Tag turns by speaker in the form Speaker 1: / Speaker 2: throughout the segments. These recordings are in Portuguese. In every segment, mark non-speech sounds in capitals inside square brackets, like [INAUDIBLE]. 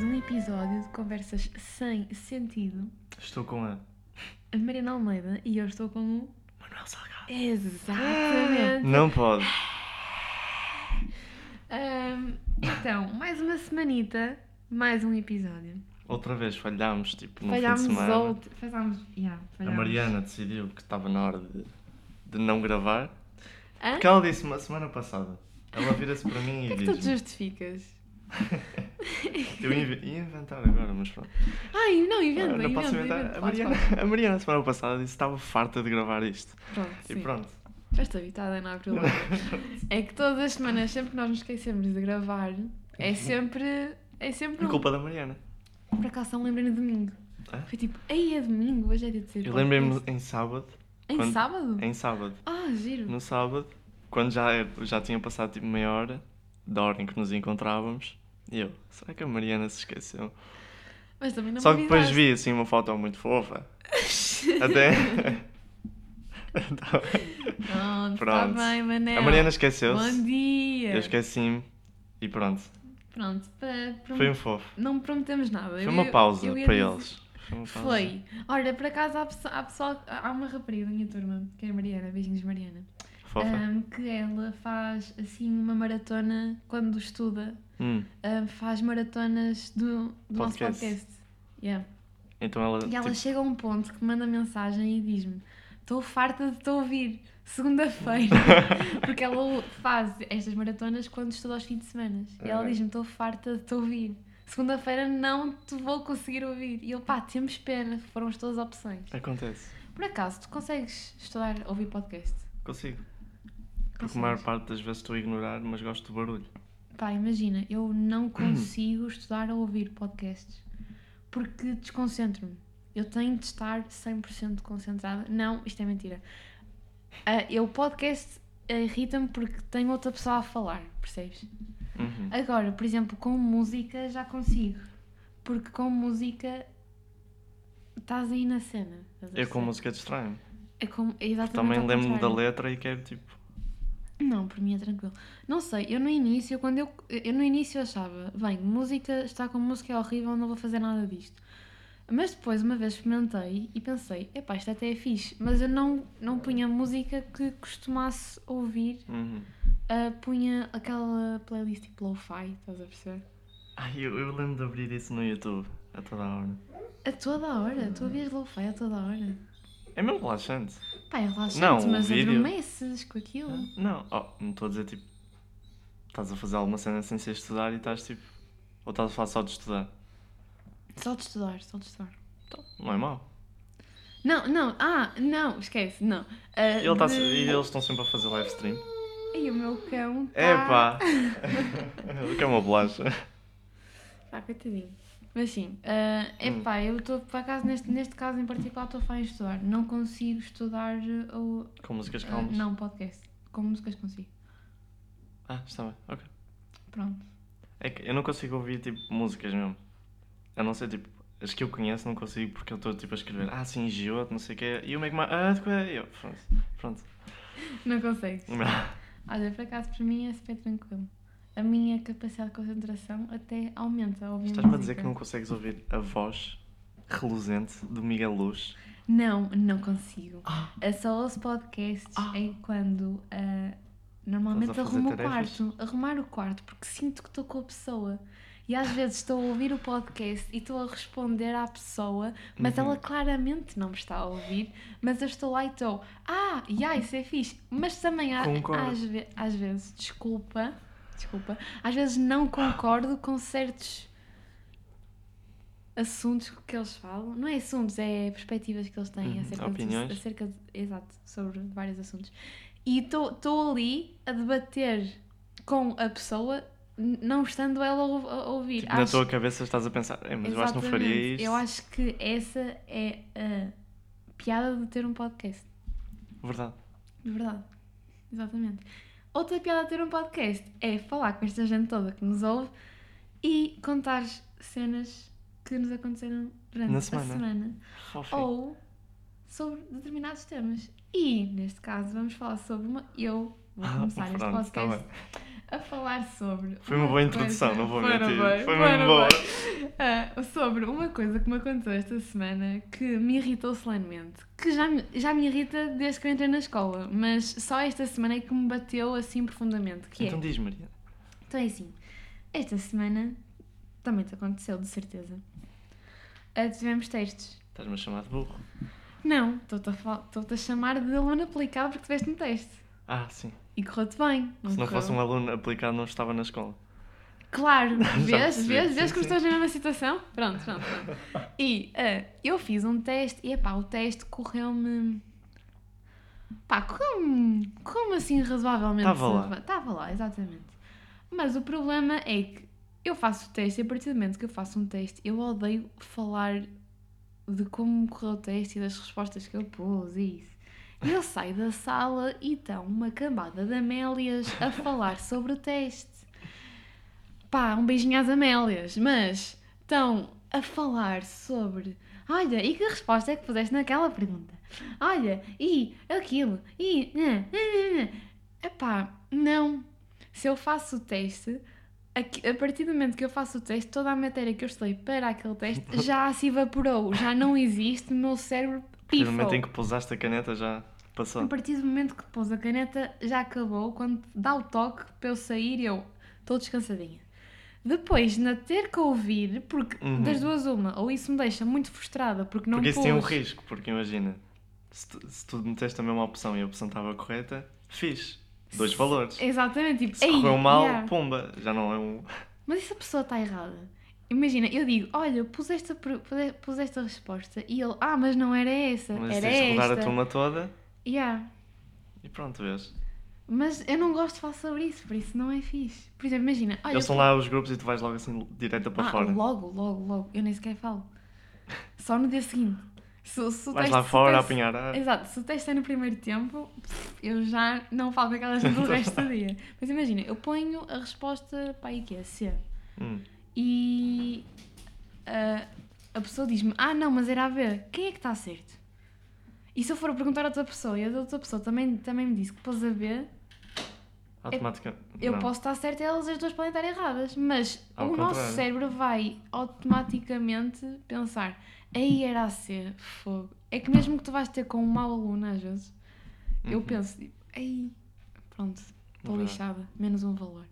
Speaker 1: um episódio de Conversas Sem Sentido.
Speaker 2: Estou com a
Speaker 1: A Mariana Almeida e eu estou com o.
Speaker 2: Manuel Salgado.
Speaker 1: Exatamente!
Speaker 2: Não pode. Ah!
Speaker 1: Ahm, então, mais uma semanita, mais um episódio.
Speaker 2: Outra vez falhámos, tipo, no
Speaker 1: Falhámos
Speaker 2: fim de semana.
Speaker 1: outro. Falhámos. Yeah,
Speaker 2: A
Speaker 1: falhámos.
Speaker 2: Mariana decidiu que estava na hora de, de não gravar.
Speaker 1: Hã?
Speaker 2: Porque ela disse uma semana passada. Ela vira-se para mim
Speaker 1: Porquê
Speaker 2: e
Speaker 1: que tu te
Speaker 2: diz
Speaker 1: justificas?
Speaker 2: [LAUGHS]
Speaker 1: [LAUGHS]
Speaker 2: Eu inve- ia inventar agora, mas pronto.
Speaker 1: Ai, não,
Speaker 2: Ah,
Speaker 1: inventa,
Speaker 2: não
Speaker 1: inventa,
Speaker 2: posso
Speaker 1: inventa.
Speaker 2: inventar. A
Speaker 1: Podes,
Speaker 2: Mariana,
Speaker 1: podes.
Speaker 2: a Mariana, semana passada, disse que estava farta de gravar isto.
Speaker 1: Pronto,
Speaker 2: E
Speaker 1: sim.
Speaker 2: pronto.
Speaker 1: Já estou habitada na Abril.
Speaker 2: [LAUGHS]
Speaker 1: É que todas as semanas, sempre que nós nos esquecemos de gravar,
Speaker 2: Uhum.
Speaker 1: é sempre. É sempre.
Speaker 2: Por
Speaker 1: um.
Speaker 2: culpa da Mariana.
Speaker 1: Por acaso não lembrei no domingo.
Speaker 2: Hã?
Speaker 1: Foi tipo, ei, é domingo, hoje é dia de ser.
Speaker 2: Eu lembrei-me em sábado.
Speaker 1: Em
Speaker 2: quando-
Speaker 1: sábado?
Speaker 2: Em sábado.
Speaker 1: Ah, giro.
Speaker 2: No sábado, quando já, já tinha passado tipo meia hora da hora em que nos encontrávamos, e eu, será que a Mariana se esqueceu?
Speaker 1: Mas também não
Speaker 2: Só
Speaker 1: me
Speaker 2: que depois
Speaker 1: avisaste.
Speaker 2: vi assim uma foto muito
Speaker 1: [LAUGHS]
Speaker 2: fofa. Até. Tá bem.
Speaker 1: Pronto, está
Speaker 2: Pronto.
Speaker 1: bem, Manel.
Speaker 2: a Mariana esqueceu-se.
Speaker 1: É, Bom dia.
Speaker 2: Eu esqueci-me. E pronto.
Speaker 1: Pronto, pa- prom-
Speaker 2: Foi um fofo.
Speaker 1: não prometemos nada.
Speaker 2: Foi
Speaker 1: Eu
Speaker 2: uma
Speaker 1: ia-
Speaker 2: pausa
Speaker 1: eu ia
Speaker 2: para
Speaker 1: dizer-
Speaker 2: eles. Foi. uma pausa.
Speaker 1: Foi. Olha, por acaso há, pesso- há pessoal, há uma rapariga da minha turma, que é a Mariana, beijinhos Mariana,
Speaker 2: Fofa.
Speaker 1: ahm, que ela faz assim uma maratona quando estuda,
Speaker 2: Hum.
Speaker 1: ahm, faz maratonas do, do nosso
Speaker 2: Podcast.
Speaker 1: podcast. Yeah.
Speaker 2: Então ela. [LAUGHS]
Speaker 1: E ela
Speaker 2: tipo,
Speaker 1: chega a um ponto que manda mensagem e diz-me: Estou farta de te ouvir,
Speaker 2: [LAUGHS]
Speaker 1: segunda-feira. Porque ela faz estas maratonas quando estuda aos fins de semana. E ela
Speaker 2: Aham.
Speaker 1: diz-me: Estou farta de te ouvir, segunda-feira não te vou conseguir ouvir. E eu, pá, temos pena, foram as tuas opções.
Speaker 2: Acontece.
Speaker 1: Por acaso, tu consegues estudar, ouvir podcast?
Speaker 2: Consigo. Porque a maior
Speaker 1: Consegues?
Speaker 2: parte das vezes estou a ignorar, mas gosto do barulho.
Speaker 1: Pá, imagina, eu não consigo estudar a ouvir podcasts porque desconcentro-me. Eu tenho de estar 100% concentrada. Não, isto é mentira. Ah, eu, podcast ah, irrita-me porque tenho outra pessoa a falar, percebes?
Speaker 2: Uhum.
Speaker 1: Agora, por exemplo, com música já consigo. Porque com música estás aí na cena. estás a
Speaker 2: Eu com
Speaker 1: perceber?
Speaker 2: música distraio-me.
Speaker 1: É como- é exatamente
Speaker 2: Também
Speaker 1: ao
Speaker 2: lembro-me da
Speaker 1: contrário.
Speaker 2: letra e quero tipo.
Speaker 1: Não, para mim é tranquilo. Não sei, eu no início, quando eu, eu no início achava, bem, música, está com música é horrível, não vou fazer nada disto. Mas depois uma vez experimentei e pensei, epá, isto até é fixe, mas eu não, não punha música que costumasse ouvir,
Speaker 2: Uhum.
Speaker 1: ah, punha aquela playlist tipo lo-fi, estás a perceber?
Speaker 2: Ai, eu, eu lembro de abrir isso no YouTube a toda a hora.
Speaker 1: A toda a hora, tu ouvias lo-fi a toda a hora.
Speaker 2: É mesmo relaxante.
Speaker 1: Pá, é relaxante,
Speaker 2: Não, o
Speaker 1: mas
Speaker 2: vídeo-
Speaker 1: adormeces com aquilo.
Speaker 2: Não, oh, não estou a dizer tipo. Estás a fazer alguma cena sem ser estudar e estás tipo. Ou estás a falar só de estudar.
Speaker 1: Só de estudar, só de estudar.
Speaker 2: Não é mau.
Speaker 1: Não, não, ah, não, esquece, não. Ah,
Speaker 2: E, ele tá-
Speaker 1: de-
Speaker 2: e eles estão sempre a fazer live stream.
Speaker 1: E o meu cão tá...
Speaker 2: Epá! [LAUGHS] o que é uma bolacha?
Speaker 1: Tá, coitadinho. Mas sim, ah,
Speaker 2: Hum.
Speaker 1: epá, eu estou, por acaso, neste, neste caso em particular, estou a em estudar. Não consigo estudar ah, o...
Speaker 2: Com músicas
Speaker 1: ah,
Speaker 2: calmas.
Speaker 1: não, podcast. Com músicas consigo.
Speaker 2: Ah, está bem, ok.
Speaker 1: Pronto. [LAUGHS]
Speaker 2: É que eu não consigo ouvir tipo músicas mesmo. A não ser tipo. As que eu conheço não consigo porque eu estou tipo a escrever. Ah, sim, Giot, não sei o quê. You make my earthquake. "Ah, é-" E eu, Pronto. Pronto.
Speaker 1: Não consegues.
Speaker 2: Não.
Speaker 1: Olha, por acaso, para mim é super tranquilo. A minha capacidade de concentração até aumenta ao ouvir
Speaker 2: Estás-me a dizer
Speaker 1: música.
Speaker 2: que não consegues ouvir a voz reluzente do Miguel Luz?
Speaker 1: Não, não consigo.
Speaker 2: Ah.
Speaker 1: Eu só ouço podcasts
Speaker 2: Ah.
Speaker 1: é quando ah, normalmente
Speaker 2: Estás a fazer
Speaker 1: arrumo o
Speaker 2: tarefas?
Speaker 1: quarto. Arrumar o quarto, porque sinto que estou com a pessoa. E às vezes estou a ouvir o podcast e estou a responder à pessoa, mas
Speaker 2: Uhum.
Speaker 1: ela claramente não me está a ouvir, mas eu estou lá e estou, ah, yeah, isso é fixe. Mas também há,
Speaker 2: Concordo.
Speaker 1: às, ve- às vezes, desculpa, desculpa, às vezes não concordo com certos assuntos que eles falam. Não é assuntos, é perspectivas que eles têm
Speaker 2: Uhum,
Speaker 1: acerca,
Speaker 2: opiniões.
Speaker 1: De, acerca de- exato, sobre vários assuntos. E estou ali a debater com a pessoa, n- não estando ela a ou- a ouvir.
Speaker 2: Tipo, na tua cabeça estás a pensar, "É, mas eu acho que não faria
Speaker 1: Exatamente.
Speaker 2: isto.
Speaker 1: Eu acho que essa é a piada de ter um podcast.
Speaker 2: Verdade.
Speaker 1: De verdade. Exatamente. Outra piada de ter um podcast é falar com esta gente toda que nos ouve e contar cenas que nos aconteceram durante
Speaker 2: Na
Speaker 1: a
Speaker 2: semana.
Speaker 1: semana.
Speaker 2: Fofinho.
Speaker 1: Ou sobre determinados temas. E, neste caso, vamos falar sobre uma. Eu vou começar este
Speaker 2: Ah, Pronto, tá
Speaker 1: podcast a falar sobre.
Speaker 2: Foi uma boa introdução,
Speaker 1: coisa-
Speaker 2: não vou
Speaker 1: Foram
Speaker 2: mentir.
Speaker 1: bem,
Speaker 2: Foi
Speaker 1: foram
Speaker 2: muito boa.
Speaker 1: bem. Ah, sobre uma coisa que me aconteceu esta semana que me irritou solenemente. Que já me, já me irrita desde que eu entrei na escola, mas só esta semana é que me bateu assim profundamente. Que
Speaker 2: Então
Speaker 1: é?
Speaker 2: diz, Maria.
Speaker 1: Então é assim, esta semana também te aconteceu, de certeza. Ah, tivemos testes.
Speaker 2: Estás-me a chamar de burro.
Speaker 1: Não, estou-te a, fal- estou-te a chamar de aluno aplicado porque tiveste um teste.
Speaker 2: Ah, sim.
Speaker 1: E correu-te bem.
Speaker 2: Se não
Speaker 1: correu?
Speaker 2: fosse um aluno aplicado, não estava na escola.
Speaker 1: Claro,
Speaker 2: [LAUGHS]
Speaker 1: vês,
Speaker 2: percebi,
Speaker 1: vês,
Speaker 2: sim,
Speaker 1: vês que
Speaker 2: sim.
Speaker 1: estás na mesma situação? Pronto, pronto.
Speaker 2: [LAUGHS]
Speaker 1: pronto. E ah, eu fiz um teste e epá, o teste correu-me. Pá, correu-me correu assim razoavelmente.
Speaker 2: Tava lá.
Speaker 1: Estava lá, exatamente. Mas o problema é que eu faço o teste e a partir do momento que eu faço um teste, eu odeio falar de como me correu o teste e das respostas que eu pus e isso. E Eu saio da sala e estão uma cambada de Amélias a falar sobre o teste. Pá, um beijinho às Amélias, mas estão a falar sobre. Olha, e que resposta é que puseste naquela pergunta? Olha, e aquilo, e. nã, nã, nã, nã." Epá, não. Se eu faço o teste, aqui- a partir do momento que eu faço o teste, toda a matéria que eu estudei para aquele teste já se evaporou, já não existe, o meu cérebro
Speaker 2: E no
Speaker 1: pifou.
Speaker 2: momento em que pousaste a caneta, já passou.
Speaker 1: A partir do momento que pôs a caneta, já acabou. Quando dá o toque para eu sair, eu estou descansadinha. Depois, na ter que ouvir, porque
Speaker 2: Uhum.
Speaker 1: das duas uma, ou isso me deixa muito frustrada porque não
Speaker 2: porque isso
Speaker 1: pus.
Speaker 2: tem um risco, porque imagina, se tu, se tu meteste a mesma opção e a opção estava correta, fiz. Dois valores.
Speaker 1: Exatamente, tipo,
Speaker 2: Se
Speaker 1: "Ei,
Speaker 2: correu mal,
Speaker 1: yeah."
Speaker 2: pumba, já não é um.
Speaker 1: Mas e se a pessoa está errada? Imagina, eu digo, olha, pus esta, per- pus esta resposta e ele, ah, mas não era essa,
Speaker 2: Mas
Speaker 1: era
Speaker 2: tens de rodar
Speaker 1: esta.
Speaker 2: a turma toda
Speaker 1: Yeah.
Speaker 2: e pronto, vês.
Speaker 1: Mas eu não gosto de falar sobre isso, por isso não é fixe. Por exemplo, imagina, olha,
Speaker 2: Eles são lá os grupos e tu vais logo assim direta para
Speaker 1: Ah,
Speaker 2: fora.
Speaker 1: Logo, logo, logo. Eu nem sequer falo. Só no dia seguinte. Se, se o
Speaker 2: Vais
Speaker 1: teste-
Speaker 2: lá
Speaker 1: se o
Speaker 2: fora
Speaker 1: teste-
Speaker 2: apanhar. ah,
Speaker 1: Exato, se o teste é no primeiro tempo, eu já não falo com aquela
Speaker 2: [LAUGHS]
Speaker 1: gente o resto do dia. Mas imagina, eu ponho a resposta para aí que é C.
Speaker 2: hum.
Speaker 1: E ah, a pessoa diz-me, ah não, mas era a B. Quem é que está certo? E se eu for perguntar a outra pessoa e a outra pessoa também, também me disse que pôs a B,
Speaker 2: Automaticamente.
Speaker 1: eu
Speaker 2: não.
Speaker 1: posso estar certa e elas as duas podem estar erradas, mas
Speaker 2: Ao
Speaker 1: o nosso
Speaker 2: contrário.
Speaker 1: cérebro vai automaticamente pensar aí era a ser fogo. É que mesmo que tu vais ter com um mau aluno às vezes, eu
Speaker 2: Uhum.
Speaker 1: penso tipo, aí pronto, estou
Speaker 2: Verdade.
Speaker 1: lixada, menos um valor.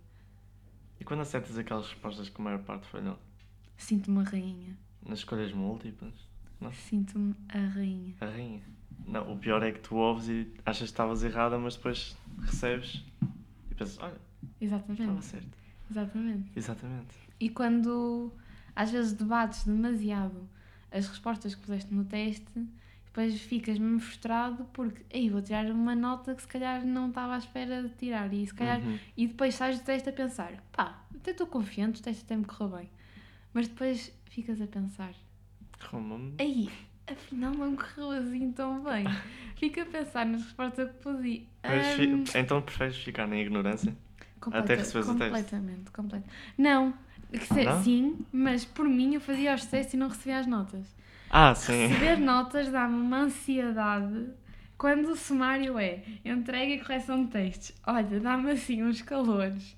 Speaker 2: E quando acertas aquelas respostas que a maior parte falhou?
Speaker 1: Sinto-me a rainha.
Speaker 2: Nas escolhas múltiplas?
Speaker 1: Sinto-me a rainha.
Speaker 2: A rainha. Não, o pior é que tu ouves e achas que estavas errada, mas depois recebes e pensas, olha, estava
Speaker 1: Exatamente,
Speaker 2: certo.
Speaker 1: exatamente.
Speaker 2: Exatamente.
Speaker 1: E quando às vezes debates demasiado as respostas que puseste no teste, depois ficas mesmo frustrado porque aí vou tirar uma nota que se calhar não estava à espera de tirar e se calhar
Speaker 2: Uhum.
Speaker 1: e depois sais do teste a pensar, pá, até estou confiante, o teste até me correu bem. Mas depois ficas a pensar,
Speaker 2: Arruma-me.
Speaker 1: aí, afinal não me correu assim tão
Speaker 2: [LAUGHS]
Speaker 1: bem. Fica a pensar nas respostas que pus e.
Speaker 2: Mas fi-
Speaker 1: hum,
Speaker 2: Então preferes ficar na ignorância? Até receberes o teste.
Speaker 1: Completamente, completamente. Não, que se-
Speaker 2: Não?
Speaker 1: sim, mas por mim eu fazia os testes e não recebia as notas.
Speaker 2: Ah, sim.
Speaker 1: Receber notas dá-me uma ansiedade quando o sumário é entrega e correção de textos. Olha, dá-me assim uns calores.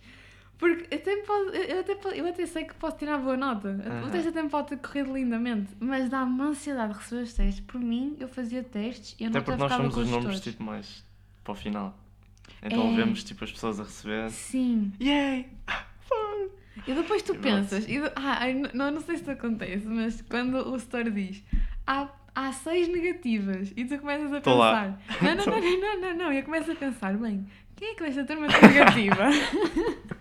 Speaker 1: Porque até me pode- eu, até, po- eu até sei que posso tirar boa nota. O
Speaker 2: Aham.
Speaker 1: teste até me pode ter corrido lindamente, mas dá-me uma ansiedade receber os testes. Por mim, eu fazia testes e eu
Speaker 2: Até
Speaker 1: não
Speaker 2: porque nós
Speaker 1: ficava
Speaker 2: somos
Speaker 1: com
Speaker 2: os
Speaker 1: os
Speaker 2: nomes
Speaker 1: tutores.
Speaker 2: tipo mais para o final. Então
Speaker 1: É.
Speaker 2: vemos tipo as pessoas a receber.
Speaker 1: Sim.
Speaker 2: Yay!
Speaker 1: E depois tu
Speaker 2: Exato.
Speaker 1: pensas, e de- ah, ai, n- não, não sei se te acontece, mas quando o setor diz há, há seis negativas e tu começas a
Speaker 2: Tô lá.
Speaker 1: pensar,
Speaker 2: [LAUGHS]
Speaker 1: não, não, não, não, não, não, não, eu começo a pensar, bem, quem é que desta turma tem negativa? [LAUGHS]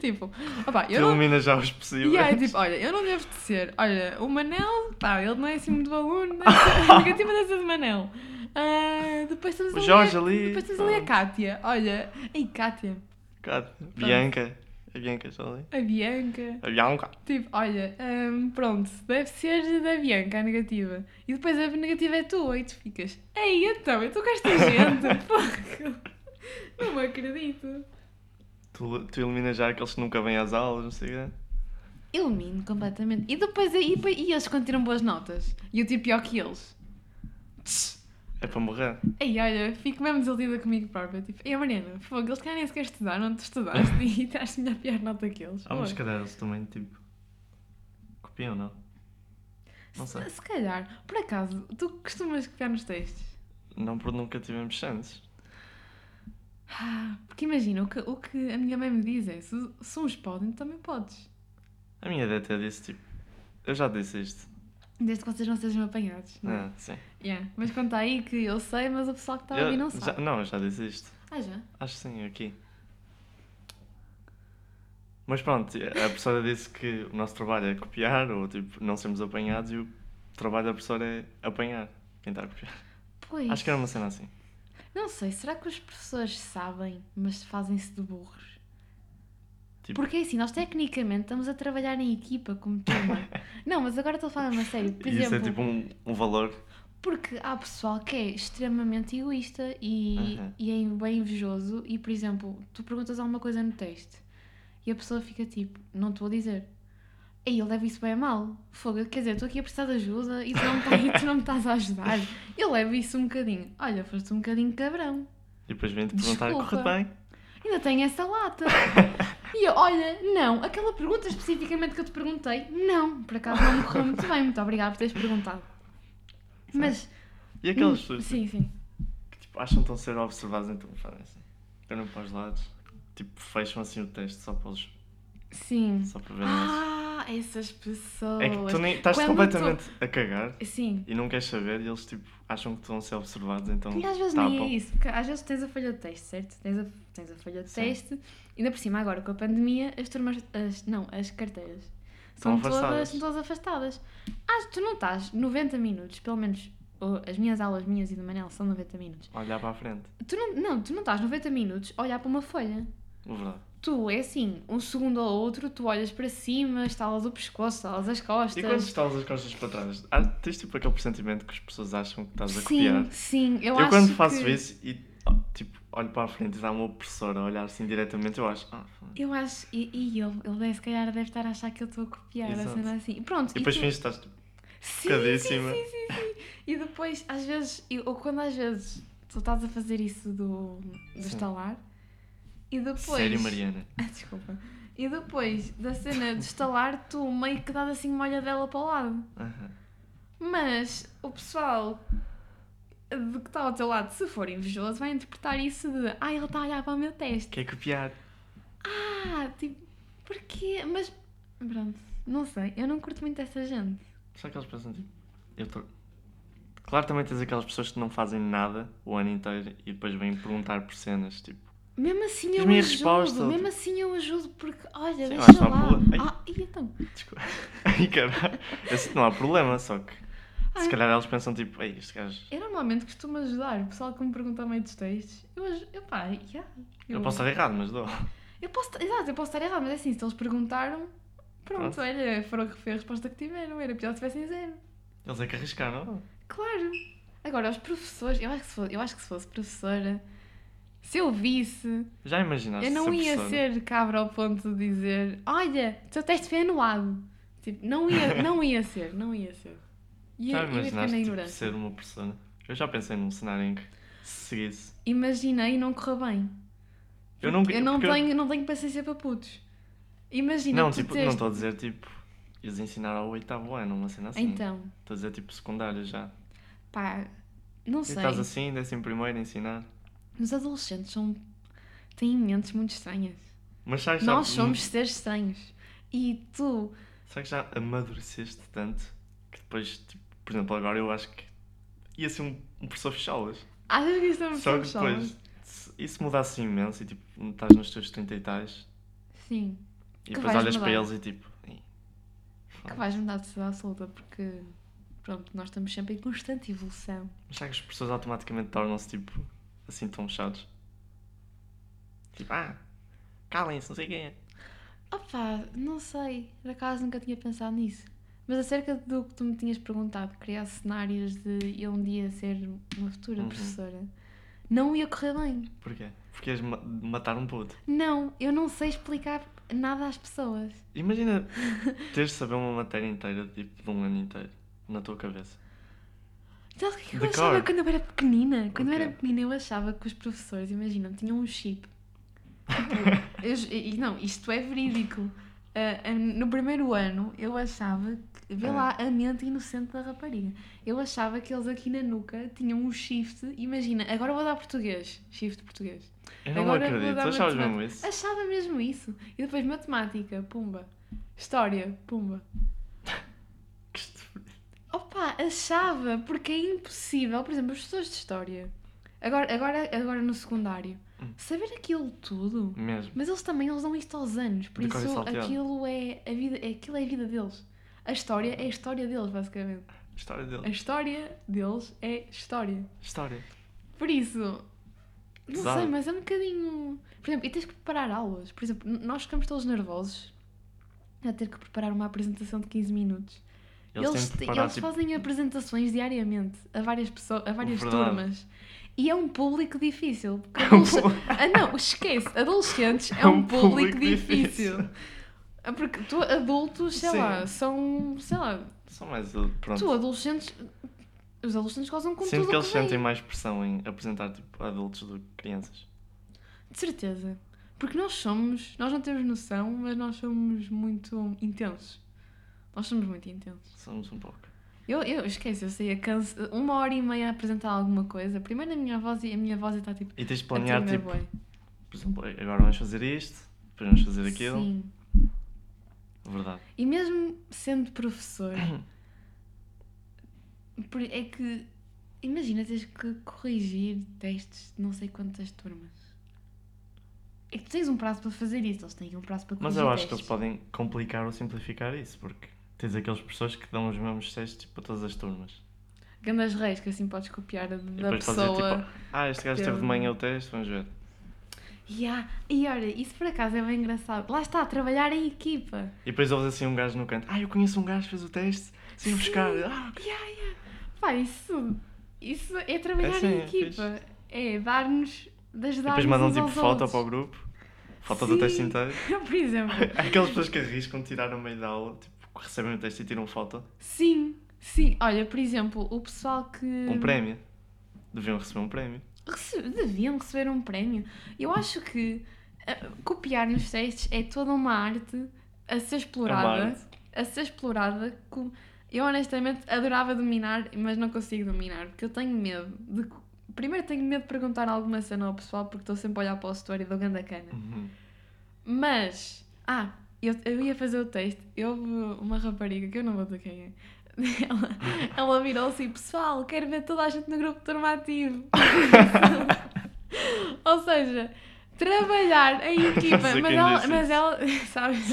Speaker 1: tipo, opá,
Speaker 2: Tu
Speaker 1: eu não.
Speaker 2: eliminas já os
Speaker 1: E
Speaker 2: possíveis.
Speaker 1: aí, tipo, olha, eu não devo dizer, olha, o Manel, pá, ele não é assim muito aluno, não é assim-
Speaker 2: [LAUGHS]
Speaker 1: a negativa dessa de Manel. Ah, depois temos
Speaker 2: O
Speaker 1: ali,
Speaker 2: Jorge
Speaker 1: a,
Speaker 2: ali,
Speaker 1: depois temos ali a
Speaker 2: pronto.
Speaker 1: Cátia, olha, ei, Cátia,
Speaker 2: [LAUGHS] Cara, Bianca. A Bianca está ali.
Speaker 1: a Bianca.
Speaker 2: A Bianca.
Speaker 1: Tipo, olha, hum, pronto, deve ser da Bianca a negativa. E depois a negativa é tua e tu ficas, ei, então, eu estou com esta gente, [LAUGHS] porra. Não me acredito.
Speaker 2: Tu, tu eliminas já aqueles que nunca vêm às aulas, não sei o quê.
Speaker 1: Ilumino completamente. E depois, e, e eles quando tiram boas notas? E eu tipo pior que eles.
Speaker 2: É para morrer.
Speaker 1: Ei, olha, fico mesmo desiludida comigo própria. Tipo, ei, Mariana, fogo, eles querem nem sequer estudar, [LAUGHS] não te estudaste e tiraste-me a pior nota que eles.
Speaker 2: Há umas
Speaker 1: Fogo.
Speaker 2: cadeiras também, tipo. que copia ou não? Não sei.
Speaker 1: Se, se calhar, por acaso, tu costumas copiar nos textos?
Speaker 2: Não porque nunca tivemos chances.
Speaker 1: Ah, Porque imagina, o que, o que a minha mãe me diz é: se, se uns podem, tu também podes.
Speaker 2: A minha ideia até disse tipo. Eu já disse isto.
Speaker 1: Desde que vocês não sejam apanhados. Não é?
Speaker 2: Ah, sim.
Speaker 1: Yeah. Mas conta aí que eu sei, mas o pessoal que está a
Speaker 2: eu,
Speaker 1: ouvir não
Speaker 2: já,
Speaker 1: sabe.
Speaker 2: não, eu já disse isto.
Speaker 1: Ah, já?
Speaker 2: Acho que sim, aqui. Mas pronto, a professora disse que o nosso trabalho é copiar ou tipo não sermos apanhados e o trabalho da professora é apanhar quem está a copiar.
Speaker 1: Pois.
Speaker 2: Acho que era uma cena assim.
Speaker 1: Não sei, será que os professores sabem, mas fazem-se de burros?
Speaker 2: Tipo-
Speaker 1: Porque é assim, nós tecnicamente estamos a trabalhar em equipa como
Speaker 2: [LAUGHS]
Speaker 1: turma. não, mas agora estou a falar a sério. Por
Speaker 2: e isso
Speaker 1: exemplo,
Speaker 2: é tipo um, um valor.
Speaker 1: porque há pessoal que é extremamente egoísta e,
Speaker 2: Aham.
Speaker 1: e é bem invejoso. E, por exemplo, tu perguntas alguma coisa no texto e a pessoa fica tipo, não estou a dizer. Aí ele leva isso bem a mal. Fogo, quer dizer, estou aqui a precisar de ajuda e tu não, me tá- e tu não me estás a ajudar. Eu levo isso um bocadinho. Olha, foste um bocadinho cabrão.
Speaker 2: E depois vem-te perguntar,
Speaker 1: Desculpa.
Speaker 2: corre bem?
Speaker 1: Ainda tenho essa lata. E eu, olha, não, aquela pergunta especificamente que eu te perguntei, não, por acaso não me correu muito bem, muito obrigada por teres perguntado. Mas.
Speaker 2: E aquelas
Speaker 1: hum,
Speaker 2: pessoas
Speaker 1: Sim, sim.
Speaker 2: que tipo, acham tão ser observadas então fazem assim. Olham para os lados, tipo, fecham assim o texto só para, os,
Speaker 1: Sim.
Speaker 2: só para verem isso.
Speaker 1: Ah, essas pessoas.
Speaker 2: É que tu nem estás
Speaker 1: Quando
Speaker 2: completamente a cagar
Speaker 1: Sim.
Speaker 2: e não queres saber e eles tipo acham que estão a ser observados, então
Speaker 1: E às vezes nem é
Speaker 2: tapam.
Speaker 1: isso, porque às vezes tens a folha de texto, certo? Tens a, tens a folha de
Speaker 2: Sim.
Speaker 1: texto, ainda por cima, agora com a pandemia, as turmas, as, não, as carteiras
Speaker 2: Estão
Speaker 1: são todas,
Speaker 2: afastadas.
Speaker 1: são todas afastadas. Ah, tu não estás 90 minutos, pelo menos ou as minhas aulas, minhas e do Manel, são 90 minutos.
Speaker 2: Olhar para a frente.
Speaker 1: Tu não, não, tu não estás 90 minutos a olhar para uma folha.
Speaker 2: É verdade.
Speaker 1: Tu é assim, um segundo ao outro, tu olhas para cima, estalas o pescoço, estalas as costas.
Speaker 2: E quando estás as costas para trás, há- tens tipo aquele pressentimento que as pessoas acham que estás a copiar.
Speaker 1: Sim, sim, eu,
Speaker 2: Eu,
Speaker 1: acho
Speaker 2: quando faço
Speaker 1: que-
Speaker 2: isso e ó, tipo, olho para a frente e dá uma opressora a olhar assim diretamente, eu acho. Ah, foda-se.
Speaker 1: Eu acho, e, e ele, ele deve, se calhar deve estar a achar que eu estou a copiar a
Speaker 2: Exato.
Speaker 1: cena assim. Pronto,
Speaker 2: e depois
Speaker 1: tu-
Speaker 2: fins que estás tipo,
Speaker 1: sim,
Speaker 2: cadíssima.
Speaker 1: Sim, sim, sim. E depois, às vezes, eu- ou quando às vezes tu estás a fazer isso do, do
Speaker 2: Sim.
Speaker 1: estalar, e depois.
Speaker 2: Sério, Mariana.
Speaker 1: Ah, [LAUGHS] desculpa. E depois da cena de estalar, tu meio que dás assim uma olhadela para o lado.
Speaker 2: Aham.
Speaker 1: Mas o pessoal de que está ao teu lado, se for invejoso, vai interpretar isso de ah, ele está a olhar para o meu teste.
Speaker 2: Quer é copiar?
Speaker 1: Ah, tipo, porquê? Mas, pronto, não sei, eu não curto muito essa gente.
Speaker 2: Só que eles pensam tipo. Eu tô... Claro, também tens aquelas pessoas que não fazem nada o ano inteiro e depois vêm perguntar por cenas, tipo.
Speaker 1: Mesmo assim
Speaker 2: Diz
Speaker 1: eu
Speaker 2: minha
Speaker 1: ajudo,
Speaker 2: resposta,
Speaker 1: mesmo
Speaker 2: tipo-
Speaker 1: assim eu ajudo porque, olha,
Speaker 2: Sim, eu acho que
Speaker 1: deixa
Speaker 2: não há
Speaker 1: lá.
Speaker 2: problema. Ai.
Speaker 1: Ah, e então?
Speaker 2: Desculpa. Ai, caralho. Esse não há problema, só que.
Speaker 1: Ai.
Speaker 2: Se calhar eles pensam tipo, ei, este gajo.
Speaker 1: Eu normalmente um costumo ajudar, o pessoal que me pergunta a meio dos textos, eu ajudo, eu pá, yeah,
Speaker 2: Eu posso estar errado, mas dou.
Speaker 1: eu posso, estar- exato, eu posso estar errado, mas é assim, se eles perguntaram, pronto,
Speaker 2: Pronto.
Speaker 1: olha, foram, foi a resposta que tiveram, era pior se tivessem zero.
Speaker 2: Eles é que arriscaram.
Speaker 1: Claro. Agora, os professores, eu acho que se fosse, eu acho que se fosse professora, se eu visse...
Speaker 2: Já imaginaste
Speaker 1: Eu não
Speaker 2: ser né?
Speaker 1: ia
Speaker 2: professor?
Speaker 1: ser cabra ao ponto de dizer Olha, o teu teste foi anulado. Tipo,
Speaker 2: [LAUGHS]
Speaker 1: não ia, não ia ser, não ia ser. Ia,
Speaker 2: Já
Speaker 1: ia ficar na
Speaker 2: imaginaste tipo,
Speaker 1: ignorância.
Speaker 2: ser uma persona? Eu já pensei num cenário em que se seguisse.
Speaker 1: Imaginei e não correu bem.
Speaker 2: Eu não,
Speaker 1: Eu não,
Speaker 2: porque eu-
Speaker 1: tenho, não tenho paciência para putos. Imagina
Speaker 2: Não,
Speaker 1: tu
Speaker 2: tipo,
Speaker 1: teres-
Speaker 2: não estou a dizer tipo. Ias ensinar ao oitavo ano, uma cena assim. Estou
Speaker 1: Então,
Speaker 2: a dizer tipo secundário já.
Speaker 1: pá, não
Speaker 2: E
Speaker 1: sei.
Speaker 2: estás assim, décimo primeiro, a ensinar.
Speaker 1: Os adolescentes são... têm mentes muito estranhas.
Speaker 2: Mas sabes, já-
Speaker 1: Nós somos seres estranhos. E tu,
Speaker 2: Sabes que já amadureceste tanto que depois, tipo, por exemplo, agora eu acho que ia ser um, um professor fechá-las.
Speaker 1: achas que estamos
Speaker 2: Só que
Speaker 1: somos solos?
Speaker 2: depois, se isso mudasse imenso e tipo, estás nos teus 30 e tais
Speaker 1: Sim.
Speaker 2: e
Speaker 1: Que
Speaker 2: depois
Speaker 1: vais
Speaker 2: olhas para
Speaker 1: mudar.
Speaker 2: eles e tipo. "Ih,
Speaker 1: que vais mudar de cidade absoluta porque pronto, nós estamos sempre em constante evolução.
Speaker 2: Mas será que as pessoas automaticamente tornam-se tipo assim tão fechados? Tipo, ah, calem-se, não sei quem é.
Speaker 1: Opa, não sei, por acaso nunca tinha pensado nisso. Mas acerca do que tu me tinhas perguntado, criar cenários de eu um dia ser uma futura
Speaker 2: Uhum.
Speaker 1: professora, não ia correr bem.
Speaker 2: Porquê? Porque ias ma- matar um puto.
Speaker 1: Não, eu não sei explicar nada às pessoas. [LAUGHS]
Speaker 2: Imagina teres de saber uma matéria inteira, tipo, de um ano inteiro, na tua
Speaker 1: [LAUGHS]
Speaker 2: cabeça.
Speaker 1: Sabes o que é que eu
Speaker 2: De
Speaker 1: achava
Speaker 2: cor.
Speaker 1: quando eu era pequenina? Quando eu
Speaker 2: quê?
Speaker 1: era pequenina eu achava que os professores, imagina, tinham um chip. Tipo, eu ju- e não, isto é verídico. ah, ah, no primeiro ano, eu achava. Que, vê
Speaker 2: Ah.
Speaker 1: lá a mente inocente da rapariga. Eu achava que eles aqui na nuca tinham um shift. Imagina, agora vou dar português. Shift português.
Speaker 2: Eu não
Speaker 1: Agora vou
Speaker 2: acredito,
Speaker 1: dar
Speaker 2: achavas
Speaker 1: matemática.
Speaker 2: mesmo isso?
Speaker 1: Achava mesmo isso. E depois matemática, pumba. História, pumba.
Speaker 2: Que estúpido.
Speaker 1: Opa, achava, porque é impossível. Por exemplo, as pessoas de história. Agora, agora, agora no secundário.
Speaker 2: Hum.
Speaker 1: Saber aquilo tudo.
Speaker 2: [LAUGHS] Mesmo.
Speaker 1: Mas eles também eles dão isto aos anos, por
Speaker 2: De cor e
Speaker 1: isso
Speaker 2: salteado.
Speaker 1: aquilo é, a vida, é- aquilo é a vida deles. A história é a história deles, basicamente.
Speaker 2: História
Speaker 1: A
Speaker 2: dele.
Speaker 1: história deles é história.
Speaker 2: História.
Speaker 1: Por isso, não
Speaker 2: Pesado.
Speaker 1: sei, mas é um bocadinho. Por exemplo, e tens que preparar aulas. Por exemplo, n- nós ficamos todos nervosos a ter que preparar uma apresentação de 15 minutos. Eles,
Speaker 2: têm de
Speaker 1: te-
Speaker 2: preparar,
Speaker 1: eles
Speaker 2: tipo,
Speaker 1: fazem apresentações diariamente a várias pessoas, a várias
Speaker 2: Verdade.
Speaker 1: turmas. E é um público difícil. porque
Speaker 2: É um
Speaker 1: adolesc-
Speaker 2: público-
Speaker 1: [LAUGHS] ah, não, esquece.
Speaker 2: [LAUGHS]
Speaker 1: Adolescentes é, um público, difícil. Ah, Porque tu, adultos, sei
Speaker 2: Sim.
Speaker 1: lá, são. Sei lá,
Speaker 2: São mais. uh, Pronto.
Speaker 1: tu, adolescentes. Os adolescentes gozam com
Speaker 2: Sinto
Speaker 1: tudo.
Speaker 2: que
Speaker 1: o
Speaker 2: eles
Speaker 1: vem.
Speaker 2: sentem mais pressão em apresentar tipo, adultos do que crianças.
Speaker 1: De certeza. Porque nós somos, nós não temos noção, mas nós somos muito intensos. Nós somos muito intensos.
Speaker 2: Somos um pouco.
Speaker 1: Eu, eu esqueço, eu saía canse... uma hora e meia a apresentar alguma coisa. Primeiro a minha voz e a minha voz está tipo.
Speaker 2: E tens de
Speaker 1: a
Speaker 2: planear,
Speaker 1: tremer
Speaker 2: tipo,
Speaker 1: bué.
Speaker 2: por exemplo, agora vamos fazer isto, depois vamos fazer aquilo.
Speaker 1: Sim.
Speaker 2: Verdade.
Speaker 1: E mesmo sendo
Speaker 2: [COUGHS]
Speaker 1: professor, por- é que. Imagina, tens que corrigir testes de não sei quantas turmas. É que tu tens um prazo para fazer isso, eles têm um prazo para
Speaker 2: Mas
Speaker 1: corrigir.
Speaker 2: eu acho que eles
Speaker 1: testes.
Speaker 2: podem complicar ou simplificar isso, porque tens aqueles pessoas que dão os mesmos testes tipo, a todas as turmas.
Speaker 1: Grandes reis, que assim podes copiar da
Speaker 2: E
Speaker 1: da
Speaker 2: depois fazer
Speaker 1: pessoa.
Speaker 2: tipo, ah, este gajo teve de
Speaker 1: teve-
Speaker 2: manhã o teste, vamos ver.
Speaker 1: Ya, E olha, isso por acaso é bem engraçado. Lá está, trabalhar em equipa.
Speaker 2: E depois ouves assim um gajo no canto, ah, eu conheço um gajo que fez o teste, sem
Speaker 1: Sim.
Speaker 2: buscar. Ah,
Speaker 1: Ya, ya. Pá, isso, isso é trabalhar
Speaker 2: É, sim,
Speaker 1: em
Speaker 2: é
Speaker 1: equipa. É dar-nos, de
Speaker 2: E depois
Speaker 1: ajudar-nos
Speaker 2: mandam
Speaker 1: uns
Speaker 2: tipo
Speaker 1: aos
Speaker 2: foto
Speaker 1: outros.
Speaker 2: para o grupo, foto do
Speaker 1: Sim.
Speaker 2: teste inteiro.
Speaker 1: [LAUGHS] Por exemplo,
Speaker 2: [LAUGHS] Aquelas pessoas que arriscam tirar no meio da aula, tipo, recebem o teste e tiram foto,
Speaker 1: sim, sim. Olha, por exemplo, o pessoal que...
Speaker 2: um prémio. Deviam receber um prémio.
Speaker 1: Rece- Deviam receber um prémio. Eu acho que eh, copiar nos testes é toda uma arte a ser
Speaker 2: É uma
Speaker 1: explorada.
Speaker 2: arte.
Speaker 1: A ser explorada. com- Eu honestamente adorava dominar, mas não consigo dominar, porque eu tenho medo de. co- Primeiro tenho medo de perguntar alguma cena ao pessoal, porque estou sempre a olhar para o setor e dou ganda cana.
Speaker 2: [LAUGHS] Uhum.
Speaker 1: Mas, ah, eu, eu ia fazer o teste. e Houve uma rapariga, que eu não vou dizer quem é, [LAUGHS] ela, ela virou-se e pessoal, quero ver toda a gente no grupo de turma ativo. [LAUGHS] Ou seja, trabalhar em equipa,
Speaker 2: sei
Speaker 1: mas
Speaker 2: quem
Speaker 1: ela,
Speaker 2: disse
Speaker 1: mas
Speaker 2: isso.
Speaker 1: ela, [LAUGHS] sabes?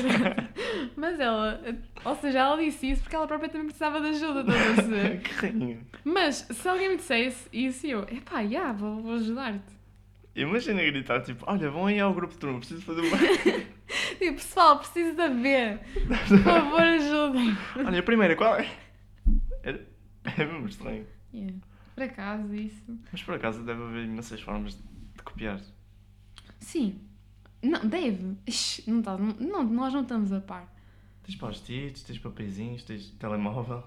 Speaker 1: mas ela, ou seja, ela disse isso porque ela própria também precisava de ajuda, estás a perceber?
Speaker 2: que rainho.
Speaker 1: Mas se alguém me dissesse isso, eu, epá, já, vou, vou ajudar-te.
Speaker 2: Imagina gritar, tipo, olha, vão aí ao grupo de turma, preciso fazer uma...
Speaker 1: Tipo, pessoal, preciso de ver, por
Speaker 2: [LAUGHS]
Speaker 1: favor, ajudem.
Speaker 2: olha, a primeira, qual é? Era- É mesmo estranho.
Speaker 1: Yeah. Por acaso, isso.
Speaker 2: Mas por acaso deve haver imensas formas de copiar.
Speaker 1: Sim. Não, deve. Ixi, não tá, não, nós não estamos a par.
Speaker 2: Tens post-its, tens papeizinhos, tens telemóvel,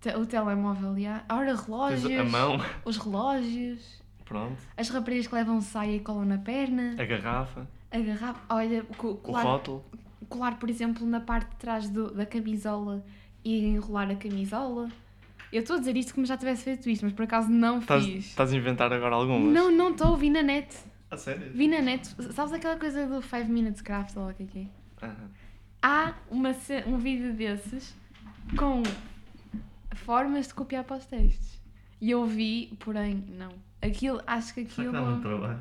Speaker 1: Te- O telemóvel ali há. Ora,
Speaker 2: tens
Speaker 1: relógios.
Speaker 2: a mão,
Speaker 1: Os relógios.
Speaker 2: pronto,
Speaker 1: As raparigas que levam saia e colam na perna.
Speaker 2: a garrafa,
Speaker 1: A garrafa. Olha, o co-
Speaker 2: o
Speaker 1: colar,
Speaker 2: rótulo.
Speaker 1: colar, por exemplo, na parte de trás do- da camisola e enrolar a camisola. Eu estou a dizer isto como já tivesse feito isto, mas por acaso não
Speaker 2: Estás-
Speaker 1: fiz.
Speaker 2: Estás a inventar agora algumas?
Speaker 1: Não, não estou, vi na net.
Speaker 2: A sério?
Speaker 1: Vi na net. Sabes aquela coisa do 5 Minutes Craft, ou lá o que é que é?
Speaker 2: Ah,
Speaker 1: há uma ce- um vídeo desses com formas de copiar para os textos. E eu vi, porém, não. Aquilo, acho que
Speaker 2: será
Speaker 1: aquilo.
Speaker 2: que dá muito trabalho?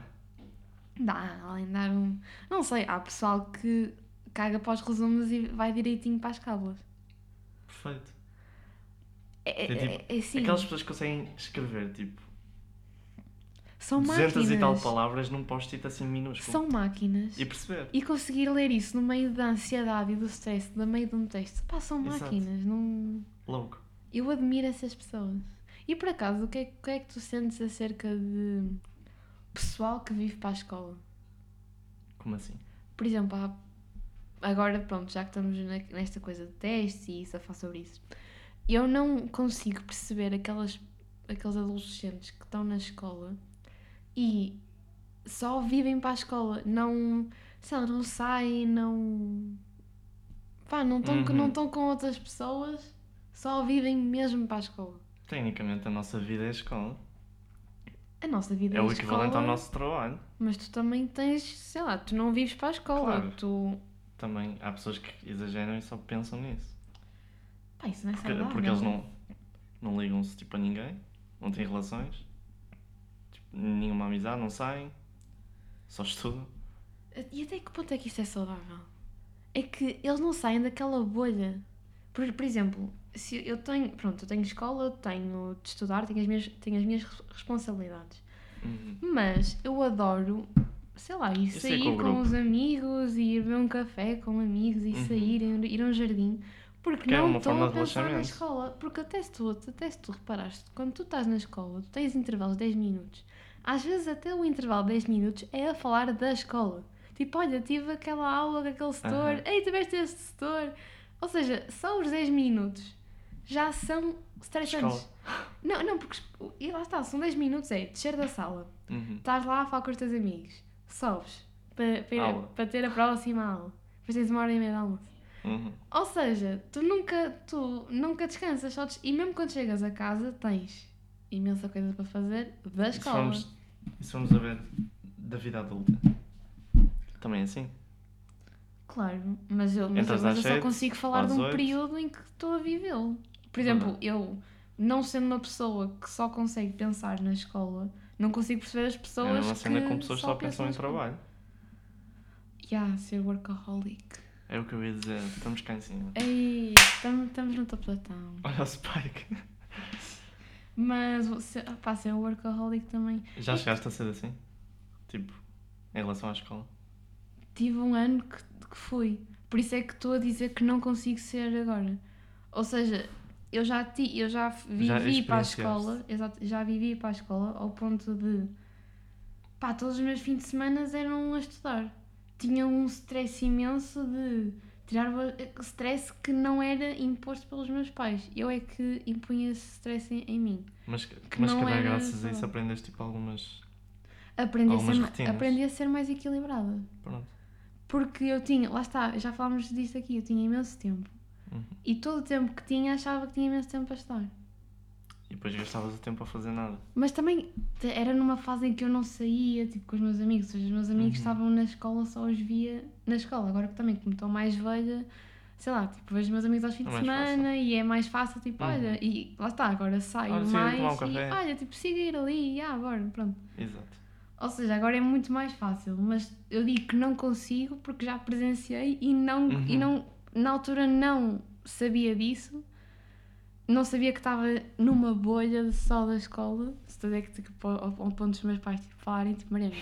Speaker 1: Dá, além de dar um. Não sei, há pessoal que caga para os resumos e vai direitinho para as cábulas.
Speaker 2: Perfeito.
Speaker 1: É,
Speaker 2: Tem,
Speaker 1: é,
Speaker 2: tipo,
Speaker 1: é, é assim.
Speaker 2: Aquelas pessoas que conseguem escrever, tipo,
Speaker 1: São
Speaker 2: 200
Speaker 1: máquinas.
Speaker 2: e tal palavras num post-it assim minúsculo.
Speaker 1: São máquinas.
Speaker 2: E
Speaker 1: E...
Speaker 2: perceber.
Speaker 1: conseguir ler isso no meio da ansiedade e do stress, no meio de um texto. Pá, são
Speaker 2: Exato.
Speaker 1: máquinas. Não.
Speaker 2: Louco.
Speaker 1: Eu admiro essas pessoas. E por acaso, o que é, o que é que tu sentes acerca de pessoal que vive para a escola?
Speaker 2: Como assim?
Speaker 1: Por exemplo, há- agora pronto, já que estamos ne- nesta coisa de testes e isso a falar sobre isso, eu não consigo perceber aquelas, aqueles adolescentes que estão na escola e só vivem para a escola, não, sei lá, não saem, não Pá, não estão
Speaker 2: Uhum.
Speaker 1: com outras pessoas, só vivem mesmo para a escola.
Speaker 2: Tecnicamente a nossa vida é escola.
Speaker 1: A nossa vida
Speaker 2: É o
Speaker 1: a
Speaker 2: equivalente ao
Speaker 1: escola,
Speaker 2: nosso trabalho.
Speaker 1: Mas tu também tens, sei lá, tu não vives para a escola.
Speaker 2: Claro.
Speaker 1: Tu.
Speaker 2: Também há pessoas que exageram e só pensam nisso.
Speaker 1: Pá, isso não é
Speaker 2: Porque,
Speaker 1: saudável.
Speaker 2: porque eles não, não ligam-se tipo, a ninguém, não têm relações, tipo, nenhuma amizade, não saem, só estudam.
Speaker 1: E até que ponto é que isto é saudável? É que eles não saem daquela bolha. Por, por exemplo, se eu tenho. Pronto, eu tenho escola, tenho de estudar, tenho as minhas, tenho as minhas res- responsabilidades.
Speaker 2: Uhum.
Speaker 1: Mas eu adoro, sei lá, ir
Speaker 2: Isso é
Speaker 1: sair
Speaker 2: com o
Speaker 1: com,
Speaker 2: grupo.
Speaker 1: os amigos, e ir beber um café com amigos, e
Speaker 2: Uhum.
Speaker 1: sair, ir, ir a um jardim. Porque
Speaker 2: Que é
Speaker 1: não
Speaker 2: uma
Speaker 1: estou
Speaker 2: forma
Speaker 1: a
Speaker 2: de
Speaker 1: pensar na
Speaker 2: relaxamento.
Speaker 1: escola. Porque até se, tu, até se tu reparaste, quando tu estás na escola, tu tens intervalos de 10 minutos. Às vezes até o intervalo de 10 minutos é a falar da escola. Tipo, olha, tive aquela aula daquele setor,
Speaker 2: Aham.
Speaker 1: ei, tiveste este setor. Ou seja, só os 10 minutos já são estressantes. Não, não, porque e lá está, são 10 minutos, é descer da sala,
Speaker 2: Uhum.
Speaker 1: estás lá a falar com os teus amigos, sobes para, para,
Speaker 2: Aula.
Speaker 1: para ter a próxima aula, depois tens uma hora e meia de almoço.
Speaker 2: Uhum.
Speaker 1: Ou seja, tu nunca, tu nunca descansas, só des- e mesmo quando chegas a casa tens imensa coisa para fazer da
Speaker 2: E se
Speaker 1: escola.
Speaker 2: formos, e se formos a ver da vida adulta, também é assim.
Speaker 1: Claro, mas eu, mas, eu-
Speaker 2: Entras
Speaker 1: mas eu
Speaker 2: às
Speaker 1: só
Speaker 2: sete,
Speaker 1: consigo falar de
Speaker 2: às
Speaker 1: um
Speaker 2: oito.
Speaker 1: período em que estou a vivê-lo. Por exemplo, eu, não sendo uma pessoa que só consegue pensar na escola, não consigo perceber as
Speaker 2: É
Speaker 1: pessoas.
Speaker 2: a mesma cena
Speaker 1: Então que
Speaker 2: com pessoas que só
Speaker 1: pensam
Speaker 2: pensam
Speaker 1: na
Speaker 2: em
Speaker 1: escola.
Speaker 2: trabalho.
Speaker 1: Yeah, ser workaholic.
Speaker 2: É o que eu ia dizer, estamos cá em cima.
Speaker 1: Ei, estamos, estamos no topo da town.
Speaker 2: Olha o Spike. [LAUGHS]
Speaker 1: Mas, se- pá, ser workaholic também.
Speaker 2: Já chegaste a ser assim? Tipo, em relação à escola?
Speaker 1: Tive um ano que, que fui. Por isso é que estou a dizer que não consigo ser agora. Ou seja, eu já, ti, eu já vivi
Speaker 2: Já
Speaker 1: para a
Speaker 2: experienciaste.
Speaker 1: escola, exato, já vivi para a escola ao ponto de. Pá, todos os meus fins de semana eram a estudar. Tinha um stress imenso de tirar o- stress que não era imposto pelos meus pais. Eu é que impunha esse stress em- em mim.
Speaker 2: Mas, mas se
Speaker 1: não é
Speaker 2: calhar
Speaker 1: era
Speaker 2: graças a
Speaker 1: só-
Speaker 2: isso aprendeste tipo algumas.
Speaker 1: Aprendi a,
Speaker 2: Algumas
Speaker 1: ser,
Speaker 2: rotinas.
Speaker 1: aprendi a ser mais equilibrada.
Speaker 2: Pronto.
Speaker 1: Porque eu tinha, lá está, já falámos disto aqui, eu tinha imenso tempo.
Speaker 2: Uhum.
Speaker 1: E todo o tempo que tinha achava que tinha imenso tempo para estar.
Speaker 2: E depois gastavas o tempo a fazer nada.
Speaker 1: Mas também te- era numa fase em que eu não saía, tipo, com os meus amigos. Ou seja, os meus amigos
Speaker 2: Uhum.
Speaker 1: estavam na escola, só os via na escola. Agora que também, como estou mais velha, sei lá, tipo, vejo os meus amigos aos fins
Speaker 2: É
Speaker 1: de
Speaker 2: mais fácil.
Speaker 1: semana e é mais fácil, tipo,
Speaker 2: Uhum.
Speaker 1: olha, e lá está, agora saio
Speaker 2: Olha, siga
Speaker 1: mais
Speaker 2: tomar um
Speaker 1: e
Speaker 2: café.
Speaker 1: olha, tipo, siga ir ali, e ah, bora, pronto.
Speaker 2: Exato.
Speaker 1: Ou seja, agora é muito mais fácil, mas eu digo que não consigo porque já presenciei e não, e
Speaker 2: Uhum.
Speaker 1: não na altura não sabia disso. Não sabia que estava numa bolha de só da escola. Se tu é que tipo, ao, ao ponto dos meus pais tipo, falarem, tipo, Mariana,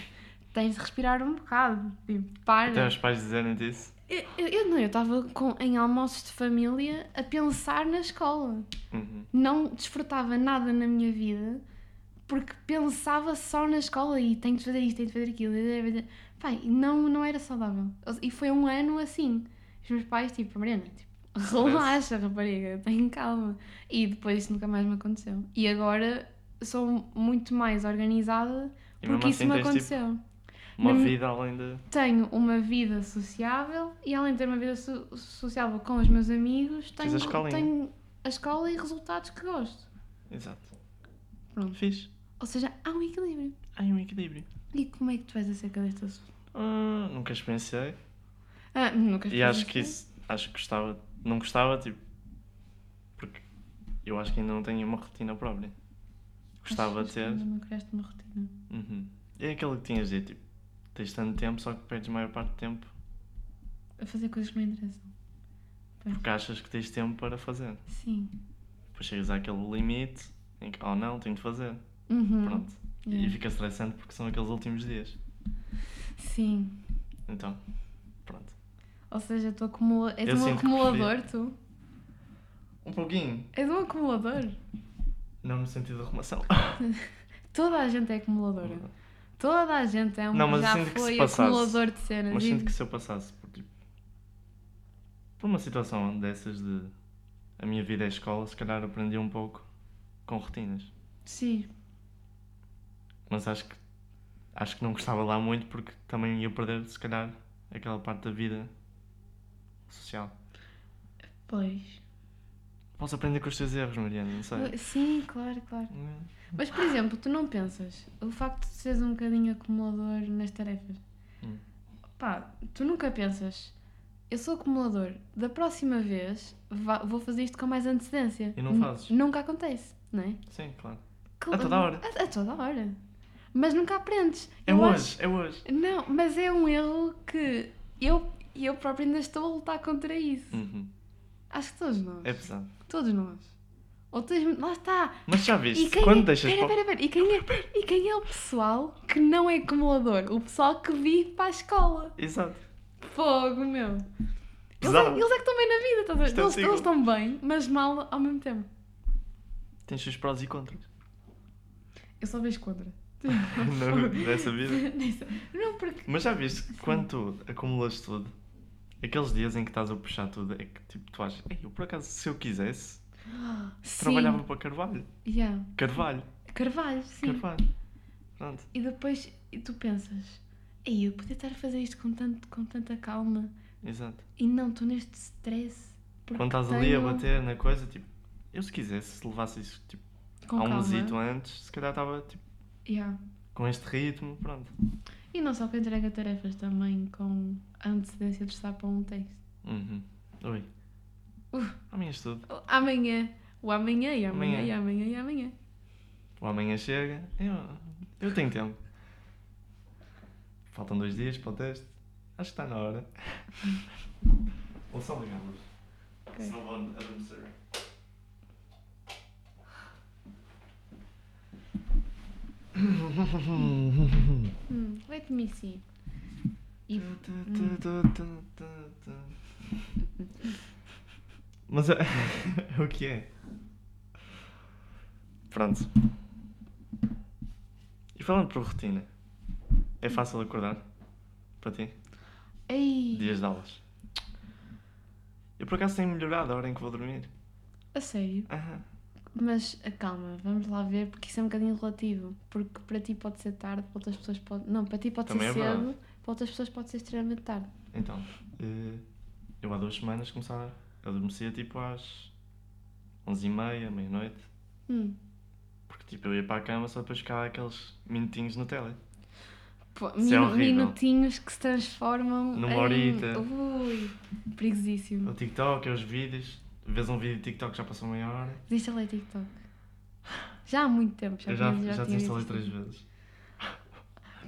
Speaker 1: tens de respirar um bocado, tipo, para.
Speaker 2: Até os pais dizerem disso.
Speaker 1: Eu, eu- eu não, eu estava com- em almoços de família a pensar na escola.
Speaker 2: Uhum.
Speaker 1: Não desfrutava nada na minha vida porque pensava só na escola e tenho de fazer isto, tenho de fazer aquilo. tenho de fazer- Pá, e não, não era saudável. E foi um ano assim. Os meus pais, tipo, Mariana, tipo, relaxa, rapariga, tem calma. E depois isso nunca mais me aconteceu. E agora sou muito mais organizada
Speaker 2: E
Speaker 1: porque
Speaker 2: mesmo
Speaker 1: isso
Speaker 2: assim
Speaker 1: me
Speaker 2: tens
Speaker 1: aconteceu
Speaker 2: tipo uma
Speaker 1: Não-
Speaker 2: vida além de.
Speaker 1: tenho uma vida sociável e além de ter uma vida so- sociável com os meus amigos,
Speaker 2: Tens a
Speaker 1: tenho
Speaker 2: escolinha.
Speaker 1: tenho a escola e resultados que gosto.
Speaker 2: Exato.
Speaker 1: Pronto.
Speaker 2: Fiz.
Speaker 1: Ou seja, há um equilíbrio.
Speaker 2: Há um equilíbrio.
Speaker 1: E como é que tu és acerca deste assunto?
Speaker 2: Ah, nunca experienciei.
Speaker 1: Ah, nunca
Speaker 2: E acho que
Speaker 1: fiz
Speaker 2: isso. Acho que gostava. Não gostava, tipo. Porque eu acho que ainda não tenho uma rotina própria. Gostava
Speaker 1: Acho
Speaker 2: de
Speaker 1: que
Speaker 2: ter.
Speaker 1: Ainda não criaste uma rotina.
Speaker 2: Uhum. É aquele que tinhas de dizer, tipo. Tens tanto tempo, só que perdes a maior parte do tempo
Speaker 1: A fazer coisas que não interessam.
Speaker 2: porque achas que tens tempo para fazer.
Speaker 1: Sim.
Speaker 2: Depois chegas àquele limite em que, oh não, tenho de fazer.
Speaker 1: Uhum.
Speaker 2: Pronto. E
Speaker 1: Yeah.
Speaker 2: fica estressante porque são aqueles últimos dias.
Speaker 1: Sim.
Speaker 2: Então, pronto.
Speaker 1: Ou seja, tu acumula... és
Speaker 2: Eu
Speaker 1: um
Speaker 2: sinto que
Speaker 1: acumulador, tu?
Speaker 2: Um pouquinho,
Speaker 1: És um acumulador.
Speaker 2: não no sentido de arrumação.
Speaker 1: Toda a gente é acumuladora.
Speaker 2: [LAUGHS]
Speaker 1: Toda a gente é um
Speaker 2: Não, mas eu
Speaker 1: já
Speaker 2: sinto que se
Speaker 1: foi
Speaker 2: passasse-
Speaker 1: acumulador de cenas.
Speaker 2: Mas
Speaker 1: e-
Speaker 2: sinto que se eu passasse por, tipo, por uma situação dessas de a minha vida é escola, se calhar aprendi um pouco com rotinas.
Speaker 1: Sim.
Speaker 2: Mas acho que acho que não gostava lá muito porque também ia perder se calhar aquela parte da vida social.
Speaker 1: Pois.
Speaker 2: Posso aprender com os teus erros, Mariana, não sei.
Speaker 1: Sim, claro, claro. Mas, por exemplo, tu não pensas o facto de seres um bocadinho acumulador nas tarefas.
Speaker 2: Hum.
Speaker 1: Pá, tu nunca pensas, eu sou acumulador, da próxima vez va- vou fazer isto com mais antecedência.
Speaker 2: E não
Speaker 1: N-
Speaker 2: fazes.
Speaker 1: Nunca acontece, não é?
Speaker 2: Sim, claro.
Speaker 1: Cla-
Speaker 2: A toda hora.
Speaker 1: A, a toda hora. Mas nunca aprendes.
Speaker 2: É
Speaker 1: Eu
Speaker 2: hoje, é hoje.
Speaker 1: acho- Não, mas é um erro que eu, eu próprio ainda estou a lutar contra isso.
Speaker 2: Uhum.
Speaker 1: Acho que todos nós.
Speaker 2: É pesado.
Speaker 1: Todos nós. Ou tens... Lá está.
Speaker 2: Mas já
Speaker 1: E
Speaker 2: viste,
Speaker 1: quem
Speaker 2: quando
Speaker 1: é,
Speaker 2: deixas
Speaker 1: pera,
Speaker 2: para...
Speaker 1: pera, pera, e quem, é, e quem é o pessoal que não é acumulador? O pessoal que vive para a escola.
Speaker 2: Exato.
Speaker 1: Fogo, meu. Eles é,
Speaker 2: Pesado.
Speaker 1: eles é que estão bem na vida, estás a ver?
Speaker 2: Isto é um
Speaker 1: Eles, eles
Speaker 2: ciclo.
Speaker 1: estão bem, mas mal ao mesmo tempo.
Speaker 2: Tens os prós e contras.
Speaker 1: [LAUGHS] Eu só
Speaker 2: [LAUGHS]
Speaker 1: vejo contra.
Speaker 2: Não, nessa
Speaker 1: [LAUGHS]
Speaker 2: vida.
Speaker 1: Nem sei. não, porque.
Speaker 2: Mas já viste, quando tu acumulas tudo, aqueles dias em que estás a puxar tudo, é que tipo, tu achas, "Ei, eu por acaso, se eu quisesse,
Speaker 1: Ah, Sim.
Speaker 2: trabalhava para Carvalho.
Speaker 1: Yeah.
Speaker 2: Carvalho,
Speaker 1: Carvalho, sim.
Speaker 2: Carvalho. Pronto.
Speaker 1: E depois e tu pensas, ei, eu podia estar a fazer isto com, tanto, com tanta calma
Speaker 2: Exato.
Speaker 1: e não estou neste stress. porque
Speaker 2: Quando estás ali a
Speaker 1: tenho-
Speaker 2: bater na coisa, tipo, eu se quisesse, se levasse isso tipo,
Speaker 1: com
Speaker 2: há um
Speaker 1: calma.
Speaker 2: mesito
Speaker 1: é?
Speaker 2: antes, se calhar estava tipo,
Speaker 1: Yeah.
Speaker 2: com este ritmo, pronto.
Speaker 1: E não só que entrega tarefas também com a antecedência de estar para um texto.
Speaker 2: Uhum. Oi.
Speaker 1: Uh.
Speaker 2: Amanhã estudo.
Speaker 1: O Amanhã, o amanhã e amanhã,
Speaker 2: Amanhã.
Speaker 1: e amanhã e amanhã.
Speaker 2: O amanhã chega, eu, eu tenho tempo. Faltam dois dias para o teste. Acho que está na hora. Ou só ligamos.
Speaker 1: Ok.
Speaker 2: não vou adormecer.
Speaker 1: Hum, let me see. E hum.
Speaker 2: Mas é, [LAUGHS] é o que é? Pronto. E falando por rotina, é fácil acordar para ti?
Speaker 1: ei,
Speaker 2: Dias de aulas. Eu por acaso tenho melhorado a hora em que vou dormir.
Speaker 1: a sério.
Speaker 2: Aham.
Speaker 1: Mas ah, calma, vamos lá ver, porque isso é um bocadinho relativo. Porque para ti pode ser tarde, para outras pessoas pode. Não, para ti pode
Speaker 2: Também é
Speaker 1: ser cedo,
Speaker 2: verdade.
Speaker 1: para outras pessoas pode ser extremamente tarde.
Speaker 2: Então, eh, eu há duas semanas começava a adormecer tipo às 11h30, meia-noite.
Speaker 1: Hum.
Speaker 2: Porque tipo, eu ia para a cama só depois ficava aqueles minutinhos no tele.
Speaker 1: Pô,
Speaker 2: Isso é
Speaker 1: minu-
Speaker 2: horrível.
Speaker 1: minutinhos que se transformam
Speaker 2: Numa
Speaker 1: em...
Speaker 2: horita.
Speaker 1: Ui, perigosíssimo.
Speaker 2: O TikTok, é os vídeos. Vês um vídeo de TikTok já passou meia hora.
Speaker 1: Desinstalei TikTok. Já há muito tempo, já
Speaker 2: eu já,
Speaker 1: tinha-
Speaker 2: já, te
Speaker 1: tinha
Speaker 2: instalei
Speaker 1: visto.
Speaker 2: três vezes.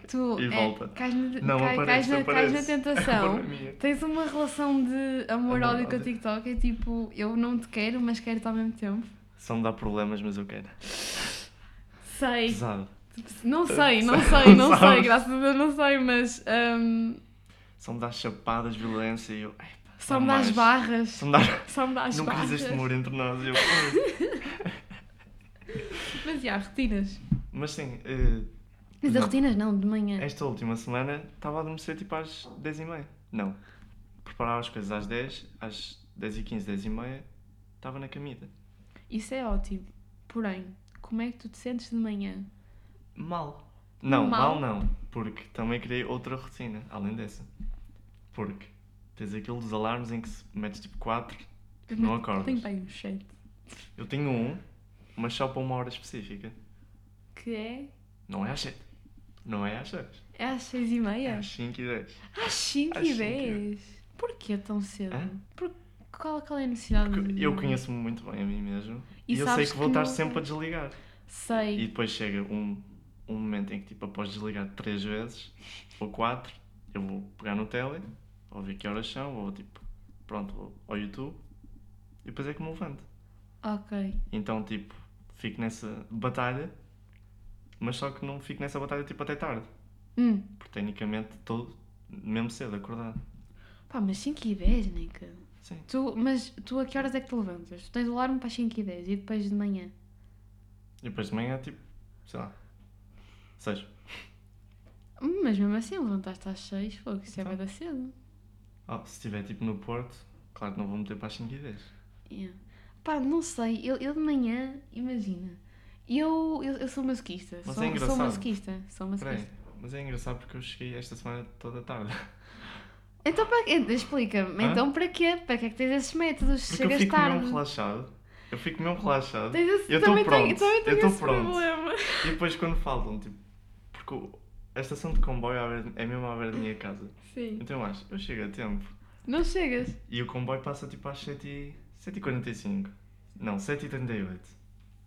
Speaker 1: Tu
Speaker 2: E
Speaker 1: é,
Speaker 2: volta.
Speaker 1: Cais, na-
Speaker 2: Não,
Speaker 1: cai-
Speaker 2: aparece,
Speaker 1: cais na, cais
Speaker 2: [LAUGHS] aparece.
Speaker 1: na
Speaker 2: A culpa
Speaker 1: tentação.
Speaker 2: não é minha.
Speaker 1: Tens uma relação de amor-ódio com o TikTok. É tipo, eu não te quero, mas quero-te ao mesmo tempo.
Speaker 2: Só me dá problemas, mas eu quero. É
Speaker 1: Sei.
Speaker 2: Pesado. [LAUGHS]
Speaker 1: Não sei, não
Speaker 2: Sabes?
Speaker 1: sei, não sei. Graças a Deus, não sei, mas. hum,
Speaker 2: Só me dá chapadas, violência e eu. "Epa,
Speaker 1: só
Speaker 2: não
Speaker 1: me dá as
Speaker 2: mais."
Speaker 1: barras.
Speaker 2: Só me dá.
Speaker 1: Só me dá as
Speaker 2: não
Speaker 1: barras.
Speaker 2: quis este muro entre nós. e Eu... "Ui."
Speaker 1: Mas já, rotinas.
Speaker 2: Mas sim, eh,
Speaker 1: Mas a
Speaker 2: Não. É.
Speaker 1: rotinas não, de manhã.
Speaker 2: esta última semana estava a adormecer tipo às 10h30. Não. Preparava as coisas às 10, às 10h15, 10h30, estava na camida.
Speaker 1: Isso é ótimo. Porém, como é que tu te sentes de manhã?
Speaker 2: Mal. Não, mal,
Speaker 1: Mal?
Speaker 2: não. Porque também criei outra rotina, além dessa. Porque tens aquilo dos alarmes em que se metes tipo 4.
Speaker 1: Eu
Speaker 2: Não
Speaker 1: meto-
Speaker 2: acordas.
Speaker 1: Tenho bem um jeito.
Speaker 2: Eu tenho um, mas só para uma hora específica.
Speaker 1: Que é.
Speaker 2: Não é às 7. Não é às 6.
Speaker 1: É às seis e
Speaker 2: É
Speaker 1: meia?
Speaker 2: às 5 e 10.
Speaker 1: Às 5
Speaker 2: É. Às
Speaker 1: e
Speaker 2: cinco e
Speaker 1: 10? Porquê tão cedo?
Speaker 2: Hã?
Speaker 1: Por... Qual, qual é a necessidade?
Speaker 2: Porque
Speaker 1: de-
Speaker 2: eu conheço-me muito bem a mim mesmo.
Speaker 1: E
Speaker 2: Hum. E, eu sei
Speaker 1: sabes
Speaker 2: que vou estar
Speaker 1: não-
Speaker 2: sempre a desligar. E
Speaker 1: Sei.
Speaker 2: depois chega um, um momento em que, tipo, após desligar três vezes, ou quatro, eu vou pegar no tele, ou ver que horas são, ou tipo, pronto, vou ao YouTube, e depois é que me levanto.
Speaker 1: Ok.
Speaker 2: Então, tipo, fico nessa batalha, mas só que não fico nessa batalha, tipo, até tarde.
Speaker 1: Hum.
Speaker 2: Porque, tecnicamente, estou mesmo cedo acordado.
Speaker 1: Pá, mas 5 e 10, Nica.
Speaker 2: Sim.
Speaker 1: Tu, mas tu a que horas é que te levantas? Tu tens o alarme para as 5 e 10 e depois de manhã?
Speaker 2: E depois de manhã, tipo, sei lá, seis.
Speaker 1: Hum, Mas mesmo assim, levantaste às 6, fogo, isso é
Speaker 2: Então.
Speaker 1: bem da cedo.
Speaker 2: Oh, se estiver, tipo, no Porto, claro que não vou meter para as 5 e 10.
Speaker 1: Yeah. Pá, não sei, eu, eu de manhã, imagina. Eu, eu, eu sou masoquista.
Speaker 2: Mas
Speaker 1: sou,
Speaker 2: é
Speaker 1: sou
Speaker 2: engraçado.
Speaker 1: masoquista. Sou
Speaker 2: Espera aí,
Speaker 1: masoquista.
Speaker 2: mas é engraçado porque eu cheguei esta semana toda tarde.
Speaker 1: Então, para quê? Explica-me.
Speaker 2: Hã?
Speaker 1: Então, para quê? Para que é que tens esses métodos? se
Speaker 2: Porque eu
Speaker 1: Chegas
Speaker 2: fico mesmo
Speaker 1: tarde.
Speaker 2: relaxado. Eu fico mesmo relaxado.
Speaker 1: Tens esse-
Speaker 2: Eu tô
Speaker 1: também
Speaker 2: pronto.
Speaker 1: Tenho, também
Speaker 2: Eu
Speaker 1: tenho
Speaker 2: tô
Speaker 1: esse
Speaker 2: pronto.
Speaker 1: problema.
Speaker 2: E depois quando falam, tipo, porque o- a estação de comboio à beira- é mesmo à beira da minha casa.
Speaker 1: Sim.
Speaker 2: Então eu acho, eu chego a tempo.
Speaker 1: Não chegas.
Speaker 2: E o comboio passa tipo às 7 e... 7h45. Não, 7h38.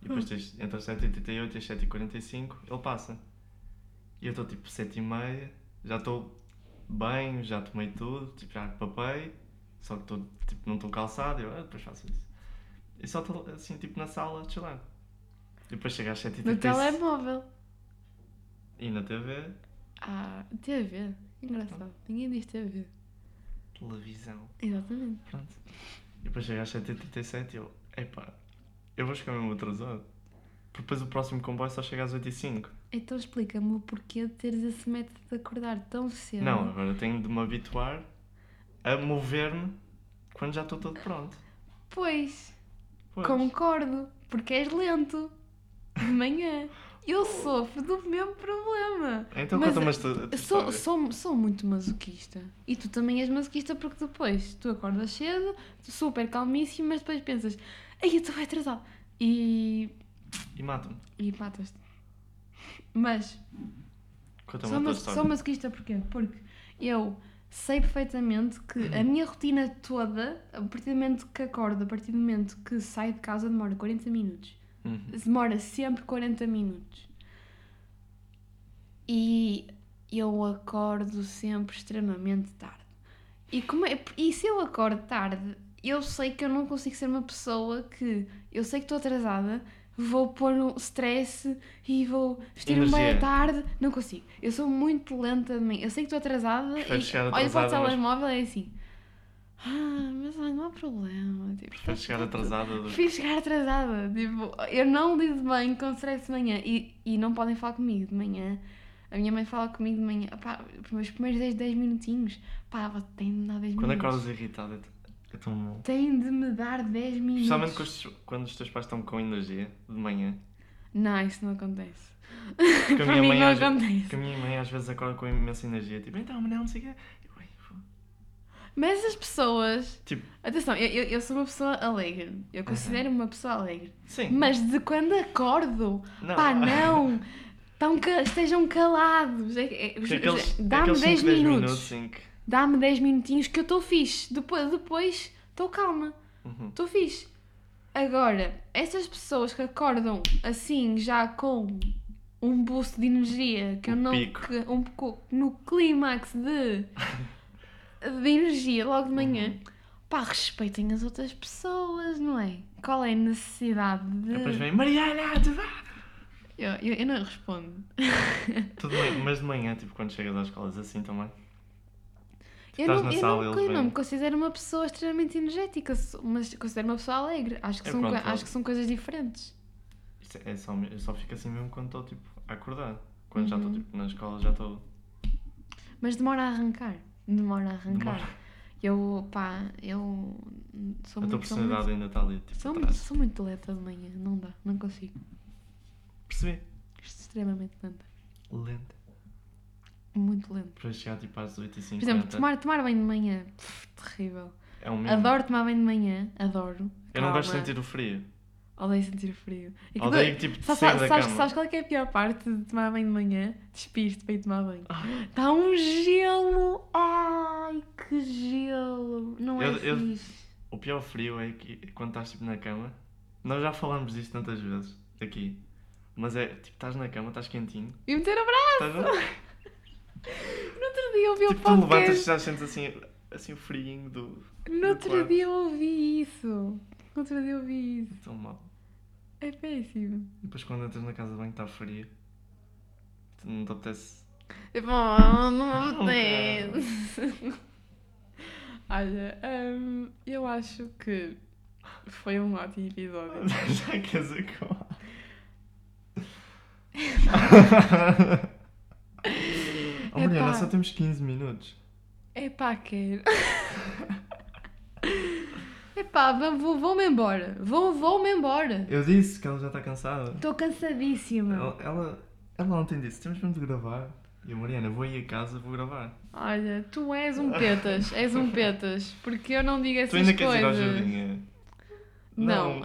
Speaker 2: E depois tens, entre as 7h38 e as 7h45 ele passa. E eu estou tipo 7h30, já estou bem, já tomei tudo, tipo, já papei, só que tô, tipo, não estou calçado, eu ah, depois faço isso. E só estou assim, tipo, na sala, a chilar. E depois chega às 7h35
Speaker 1: No telemóvel.
Speaker 2: e na TV,
Speaker 1: Ah, TV. Engraçado. Ninguém diz TV.
Speaker 2: televisão.
Speaker 1: Exatamente.
Speaker 2: Pronto. E depois chega às 7h37 e eu, epá, eu vou chegar mesmo atrasado. Porque depois o próximo comboio só chega às 8h05.
Speaker 1: Então explica-me o porquê de teres esse método de acordar tão cedo.
Speaker 2: Não, agora tenho de me habituar a mover-me quando já estou todo pronto.
Speaker 1: Pois,
Speaker 2: Pois.
Speaker 1: concordo. Porque és lento. De manhã. Eu sofro do mesmo problema.
Speaker 2: Então
Speaker 1: Mas-
Speaker 2: conta mais tu. tu
Speaker 1: Sou,
Speaker 2: história.
Speaker 1: sou, sou muito masoquista. E tu também és masoquista porque depois tu acordas cedo, super calmíssimo, mas depois pensas, ai, eu estou bem atrasado. E,
Speaker 2: E mata-me.
Speaker 1: e matas-te. Mas
Speaker 2: Conta-me
Speaker 1: sou,
Speaker 2: a tua
Speaker 1: mas,
Speaker 2: história.
Speaker 1: sou masoquista porquê? Porque eu sei perfeitamente que a minha rotina toda, a partir do momento que acordo, a partir do momento que saio de casa, demora 40 minutos
Speaker 2: Uhum.
Speaker 1: demora sempre 40 minutos. E eu acordo sempre extremamente tarde. E, como é- e se eu acordo tarde, eu sei que eu não consigo ser uma pessoa que eu sei que estou atrasada, vou pôr um stress e vou vestir-me bem à
Speaker 2: Energia.
Speaker 1: tarde. Não consigo. Eu sou muito lenta de mim. Eu sei que estou atrasada
Speaker 2: Preferes
Speaker 1: e
Speaker 2: chegar
Speaker 1: olho para o
Speaker 2: atrasada, mas-
Speaker 1: telemóvel e é assim. Ah, mas ai, não há problema. Tipo,
Speaker 2: Vais chegar atrasada do.
Speaker 1: Fiz chegar atrasada. Tipo, eu não lido bem com stress de manhã. E, e não podem falar comigo de manhã. A minha mãe fala comigo de manhã. Pá, os meus primeiros 10, 10 minutinhos. Pá, ela tem de me dar 10
Speaker 2: Quando
Speaker 1: minutos.
Speaker 2: acordas irritado, é t- é tão bom.
Speaker 1: Tem de me dar 10 minutos.
Speaker 2: Especialmente com os- quando os teus pais estão com energia de manhã.
Speaker 1: Não, isso não acontece. [LAUGHS]
Speaker 2: a
Speaker 1: Para
Speaker 2: minha
Speaker 1: mim
Speaker 2: mãe
Speaker 1: não
Speaker 2: às ve-
Speaker 1: acontece.
Speaker 2: Que a minha mãe às vezes acorda com imensa energia, tipo, então, mas não, não sei o quê. Eu, "Ai, vou."
Speaker 1: Mas as pessoas.
Speaker 2: Tipo-
Speaker 1: Atenção, eu, eu, eu sou uma pessoa alegre. Eu considero-me uma pessoa alegre.
Speaker 2: Sim.
Speaker 1: Mas de quando acordo.
Speaker 2: Não.
Speaker 1: Pá, não! Tão ca- Estejam calados. É- é-
Speaker 2: Tem aqueles- tem
Speaker 1: Dá-me
Speaker 2: aqueles
Speaker 1: 10
Speaker 2: cinco, dez
Speaker 1: minutos.
Speaker 2: em que-
Speaker 1: dá-me 10 minutinhos que eu estou fixe. Depois depois estou calma,
Speaker 2: Uhum.
Speaker 1: estou fixe. Agora, essas pessoas que acordam assim, já com um boost de energia, que eu
Speaker 2: Um
Speaker 1: não.
Speaker 2: pico.
Speaker 1: que- um pico- no clímax de. de energia logo de manhã.
Speaker 2: Uhum.
Speaker 1: Pá, respeitem as outras pessoas, não é? Qual é a necessidade de.
Speaker 2: Depois É, vem Mariana, tu vá!
Speaker 1: Eu, eu, eu não respondo.
Speaker 2: Tudo bem, mas de manhã, tipo, quando chegas às escolas assim também.
Speaker 1: Eu
Speaker 2: Estás
Speaker 1: não,
Speaker 2: na
Speaker 1: eu,
Speaker 2: sala,
Speaker 1: não,
Speaker 2: eles
Speaker 1: eu não
Speaker 2: vêm.
Speaker 1: me considero uma pessoa extremamente energética, sou- mas considero uma pessoa alegre. Acho que,
Speaker 2: É
Speaker 1: são, co-
Speaker 2: pronto,
Speaker 1: acho que são coisas diferentes.
Speaker 2: Isto é só, eu só fico assim mesmo quando estou, tipo, a acordar. Quando já estou,
Speaker 1: Uhum.
Speaker 2: tipo, na escola, já estou...
Speaker 1: Mas demora a arrancar. Demora a arrancar.
Speaker 2: Demora.
Speaker 1: Eu, pá, eu sou
Speaker 2: A tua
Speaker 1: muito. Sou muito,
Speaker 2: personalidade ainda está ali, tipo,
Speaker 1: sou, muito,
Speaker 2: atrás.
Speaker 1: sou muito lenta de manhã, não dá, não consigo.
Speaker 2: Percebi?
Speaker 1: Extremamente lenta.
Speaker 2: Lento.
Speaker 1: Muito lenta.
Speaker 2: Para chegar, tipo, às 8h50.
Speaker 1: Por exemplo, tomar, tomar banho de manhã, pff, terrível.
Speaker 2: É um mesmo.
Speaker 1: Adoro tomar banho de manhã, adoro.
Speaker 2: Eu não gosto de
Speaker 1: Calma.
Speaker 2: sentir o frio.
Speaker 1: Odeio sentir frio. E que
Speaker 2: Odeio,
Speaker 1: doi-
Speaker 2: tipo, de
Speaker 1: Sabes,
Speaker 2: sair da
Speaker 1: sabes, sabes,
Speaker 2: cama.
Speaker 1: qual é, que é a pior parte de tomar banho de manhã? Despires-te para ir tomar banho.
Speaker 2: Ah,
Speaker 1: Está um gelo! Ai, que gelo! Não é
Speaker 2: Eu- eu-
Speaker 1: fixe.
Speaker 2: O pior frio é que quando estás tipo na cama, nós já falámos disto tantas vezes aqui, mas é tipo, estás na cama, estás quentinho,
Speaker 1: E meter o braço!
Speaker 2: estás na...
Speaker 1: No outro dia eu ouvi o
Speaker 2: tipo, tu levantas e
Speaker 1: podcast.
Speaker 2: já sentes assim, assim o friinho do.
Speaker 1: No outro
Speaker 2: quarto.
Speaker 1: dia eu ouvi isso. No outro dia eu ouvi isso.
Speaker 2: tão mal.
Speaker 1: É péssimo.
Speaker 2: E depois quando entras na casa de banho está frio, tu não te apetece. [LAUGHS]
Speaker 1: Tipo, oh, não
Speaker 2: Nunca.
Speaker 1: me apetece. Olha, hum, eu acho que foi um ótimo episódio.
Speaker 2: já queres
Speaker 1: [LAUGHS]
Speaker 2: acabar? oh, Mariana,
Speaker 1: Epá.
Speaker 2: só temos 15 minutos.
Speaker 1: Epá, quero. [LAUGHS] Epá, vou- vou- vou-me embora. Vou- Vou-me embora.
Speaker 2: Eu disse que ela já está tá cansada.
Speaker 1: Estou cansadíssima.
Speaker 2: Ela, ela, ela ontem disse: temos mesmo de gravar. E eu, Mariana, vou aí a casa, vou gravar.
Speaker 1: Olha, tu és um petas, és um petas, porque eu não digo essas
Speaker 2: tu ainda
Speaker 1: coisas.
Speaker 2: queres ir ao jardim? é?
Speaker 1: Não.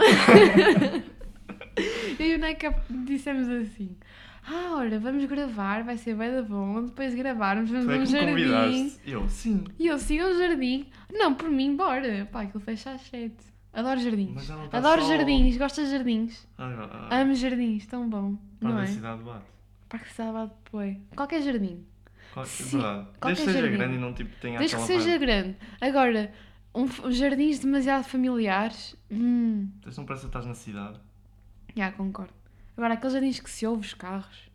Speaker 1: Eu e o Neca dissemos assim: Ah, olha, vamos gravar, vai ser bem da bom. Depois de gravarmos, vamos
Speaker 2: tu é
Speaker 1: ao
Speaker 2: que
Speaker 1: [LAUGHS]
Speaker 2: me
Speaker 1: jardim.
Speaker 2: convidaste. Eu, sim.
Speaker 1: E eu sigo ao jardim. Não, por mim, bora. Pá, aquilo fecha às 7. Adoro jardins.
Speaker 2: Mas já não tá
Speaker 1: Adoro
Speaker 2: sol.
Speaker 1: jardins, gosto de jardins.
Speaker 2: Ah, ah,
Speaker 1: Amo jardins, tão bom.
Speaker 2: para
Speaker 1: não
Speaker 2: a
Speaker 1: é?
Speaker 2: cidade bate.
Speaker 1: Parque de Sábado Poi. Qualquer jardim.
Speaker 2: Qual,
Speaker 1: Sim,
Speaker 2: verdade.
Speaker 1: qualquer
Speaker 2: Desde que seja
Speaker 1: jardim.
Speaker 2: grande e não tipo, tenha
Speaker 1: Desde que
Speaker 2: aquela
Speaker 1: seja
Speaker 2: vibe.
Speaker 1: grande. Agora, um, f- jardins demasiado familiares. Hum,
Speaker 2: Desde que não parece que estás na cidade.
Speaker 1: já concordo. Agora, aqueles jardins que se ouve os carros,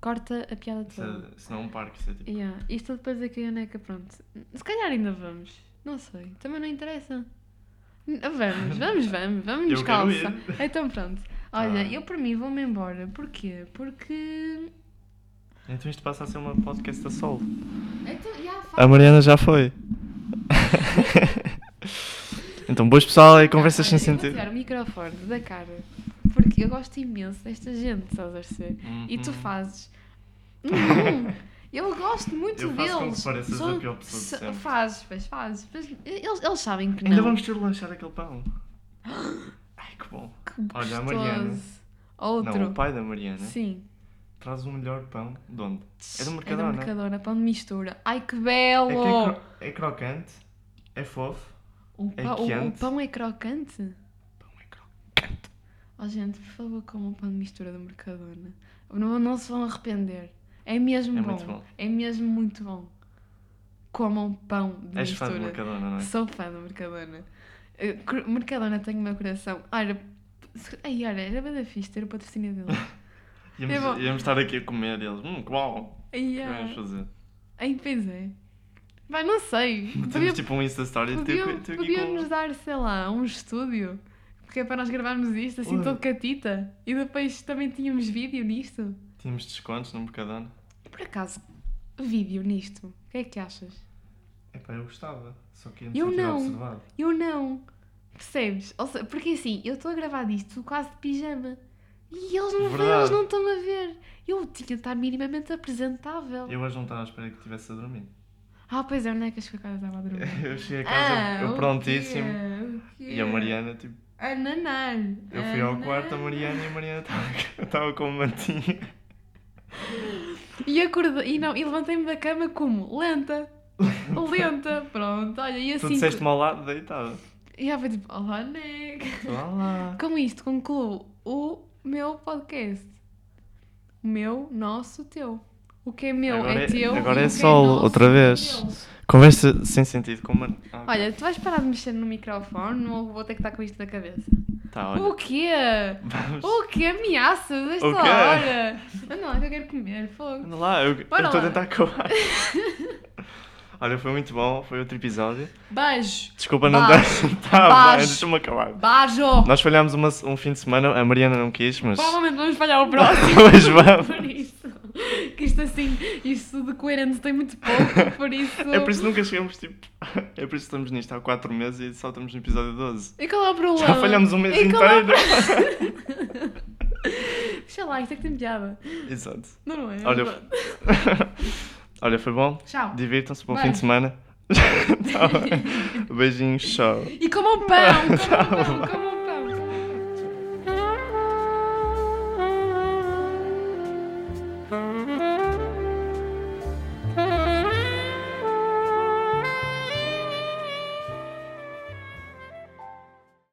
Speaker 1: corta a piada
Speaker 2: Se,
Speaker 1: toda.
Speaker 2: se não é um parque, se é tipo.
Speaker 1: Yeah. Isto depois da Caioneca, é pronto. Se calhar ainda vamos. Não sei. Também não interessa. N- Vamos,
Speaker 2: [LAUGHS]
Speaker 1: vamos, vamos. Vamos nos
Speaker 2: Eu quero
Speaker 1: calça. Então pronto. Olha,
Speaker 2: Ah.
Speaker 1: eu por mim vou-me embora. Porquê? Porque...
Speaker 2: Então isto passa a ser uma podcast a solo.
Speaker 1: Então, yeah,
Speaker 2: A Mariana já foi. [LAUGHS] então, boas pessoal, é conversas
Speaker 1: Olha,
Speaker 2: sem
Speaker 1: Ah, eu vou
Speaker 2: sentido.
Speaker 1: tirar o microfone da cara. Porque eu gosto imenso desta gente, estás a perceber? E tu
Speaker 2: Uhum. [LAUGHS]
Speaker 1: fazes... Hum, eu gosto muito
Speaker 2: Eu faço com
Speaker 1: deles.
Speaker 2: que pareças
Speaker 1: Sou-
Speaker 2: a pior pessoa de
Speaker 1: sou-
Speaker 2: sempre.
Speaker 1: Fazes, pois fazes. Mas eles, eles sabem que não.
Speaker 2: Ainda vamos ter de lanchar aquele
Speaker 1: [GASPS]
Speaker 2: pão. Ai, que bom.
Speaker 1: Que
Speaker 2: Olha, a
Speaker 1: gostoso.
Speaker 2: Mariana.
Speaker 1: Outro.
Speaker 2: Não, o pai da Mariana
Speaker 1: Sim.
Speaker 2: traz o melhor pão de onde? É do
Speaker 1: É da
Speaker 2: Mercadona.
Speaker 1: Mercadona, pão de mistura. Ai, que
Speaker 2: É, que
Speaker 1: belo!
Speaker 2: é, cro- é crocante, é fofo.
Speaker 1: o,
Speaker 2: é
Speaker 1: pão, o- o,
Speaker 2: quente.
Speaker 1: pão é crocante?
Speaker 2: Pão é crocante.
Speaker 1: Oh, gente, por favor, comam pão de mistura do Mercadona. Não, não se vão arrepender. É mesmo
Speaker 2: É
Speaker 1: bom.
Speaker 2: muito bom.
Speaker 1: É mesmo muito bom. Comam pão de
Speaker 2: És fã
Speaker 1: mistura.
Speaker 2: do Mercadona, não é?
Speaker 1: Sou fã do Mercadona. Eh, cor- Mercadona tem o meu coração. Olha, se- ai, olha, era bem da fixe ter o patrocínio dele.
Speaker 2: Íamos,
Speaker 1: É bom.
Speaker 2: íamos estar aqui a comer e eles, hum, que bom.
Speaker 1: Ai,
Speaker 2: O [LAUGHS] que vamos
Speaker 1: ai.
Speaker 2: fazer?
Speaker 1: Ai, pois é. Vai, não sei. Podia-
Speaker 2: Temos tipo um Insta Story tu-
Speaker 1: Podiam,
Speaker 2: tu aqui
Speaker 1: podiam
Speaker 2: com-
Speaker 1: nos dar, sei lá, um estúdio. Porque é para nós gravarmos isto, assim,
Speaker 2: Olha.
Speaker 1: todo catita. E depois também tínhamos vídeo nisto.
Speaker 2: Tínhamos descontos no Mercadona.
Speaker 1: Por acaso, vídeo nisto. O que é que achas?
Speaker 2: Epá, eu gostava, só que
Speaker 1: Eu
Speaker 2: eu não
Speaker 1: não.
Speaker 2: observado.
Speaker 1: Eu não. Percebes? Ou seja, porque assim, eu estou a gravar disto quase de pijama. E eles não vêm,
Speaker 2: Verdade.
Speaker 1: eles não estão a ver. Eu tinha de estar minimamente apresentável.
Speaker 2: Eu hoje não estava à espera que estivesse a dormir. [LAUGHS]
Speaker 1: Ah, pois é, não é que as cocadas estava a dormir.
Speaker 2: Eu cheguei a casa, eu
Speaker 1: Ah, o
Speaker 2: prontíssimo.
Speaker 1: quê? O quê?
Speaker 2: E a Mariana, tipo,
Speaker 1: A nanar.
Speaker 2: eu fui ao quarto, a Mariana, e a Mariana estava- estava com [LAUGHS] uma mantinha.
Speaker 1: E acordei, e não, e levantei-me da cama como? Lenta.
Speaker 2: [LAUGHS]
Speaker 1: Lenta, pronto, olha, e assim.
Speaker 2: Tu disseste-me ao lado, deitada. Então,
Speaker 1: E aí foi tipo, olá, nega.
Speaker 2: Tu, Olá.
Speaker 1: Com isto concluo o meu podcast. O meu, nosso, teu. O que é meu
Speaker 2: Agora
Speaker 1: é
Speaker 2: é-
Speaker 1: teu.
Speaker 2: agora
Speaker 1: e
Speaker 2: é
Speaker 1: o que
Speaker 2: solo,
Speaker 1: nosso
Speaker 2: outra
Speaker 1: é
Speaker 2: vez.
Speaker 1: deles.
Speaker 2: Conversa sem sentido com o Mar... Ah, ok.
Speaker 1: Olha, tu vais parar de mexer no microfone ou vou ter que estar com isto na cabeça?
Speaker 2: Tá, olha.
Speaker 1: O quê?
Speaker 2: Vamos.
Speaker 1: O quê? Ameaças esta
Speaker 2: O quê?
Speaker 1: hora? Anda lá, que eu quero comer, fogo.
Speaker 2: Anda lá, eu eu
Speaker 1: Bora
Speaker 2: estou a
Speaker 1: lá.
Speaker 2: tentar
Speaker 1: [LAUGHS]
Speaker 2: acabar. Olha, foi muito bom, foi outro episódio.
Speaker 1: Beijo.
Speaker 2: Desculpa [LAUGHS] não dar.
Speaker 1: Baixo.
Speaker 2: Tá,
Speaker 1: Baixo.
Speaker 2: bem, deixa-me acabar.
Speaker 1: Beijo.
Speaker 2: Nós falhámos uma- um fim de semana, a Mariana não quis, mas. [LAUGHS]
Speaker 1: Provavelmente vamos falhar o próximo.
Speaker 2: Mas vamos.
Speaker 1: Por isso. Que isto assim, isto de coerente tem muito pouco, por isso.
Speaker 2: É por isso que nunca chegamos, tipo. [LAUGHS] É por isso que estamos nisto há 4 meses e só estamos no episódio 12.
Speaker 1: E qual é o problema?
Speaker 2: Já falhamos um mês
Speaker 1: E qual é o
Speaker 2: inteiro.
Speaker 1: pro- [LAUGHS] Sei lá, isto é que tem piada.
Speaker 2: Exato. [LAUGHS]
Speaker 1: Não, não é?
Speaker 2: Olha, Olha, foi bom.
Speaker 1: Tchau.
Speaker 2: Divirtam-se, bom
Speaker 1: Bem.
Speaker 2: fim de semana. [LAUGHS] Tá bem. Beijinhos, tchau.
Speaker 1: E comam pão,
Speaker 2: [LAUGHS]
Speaker 1: comam pão, comam pão.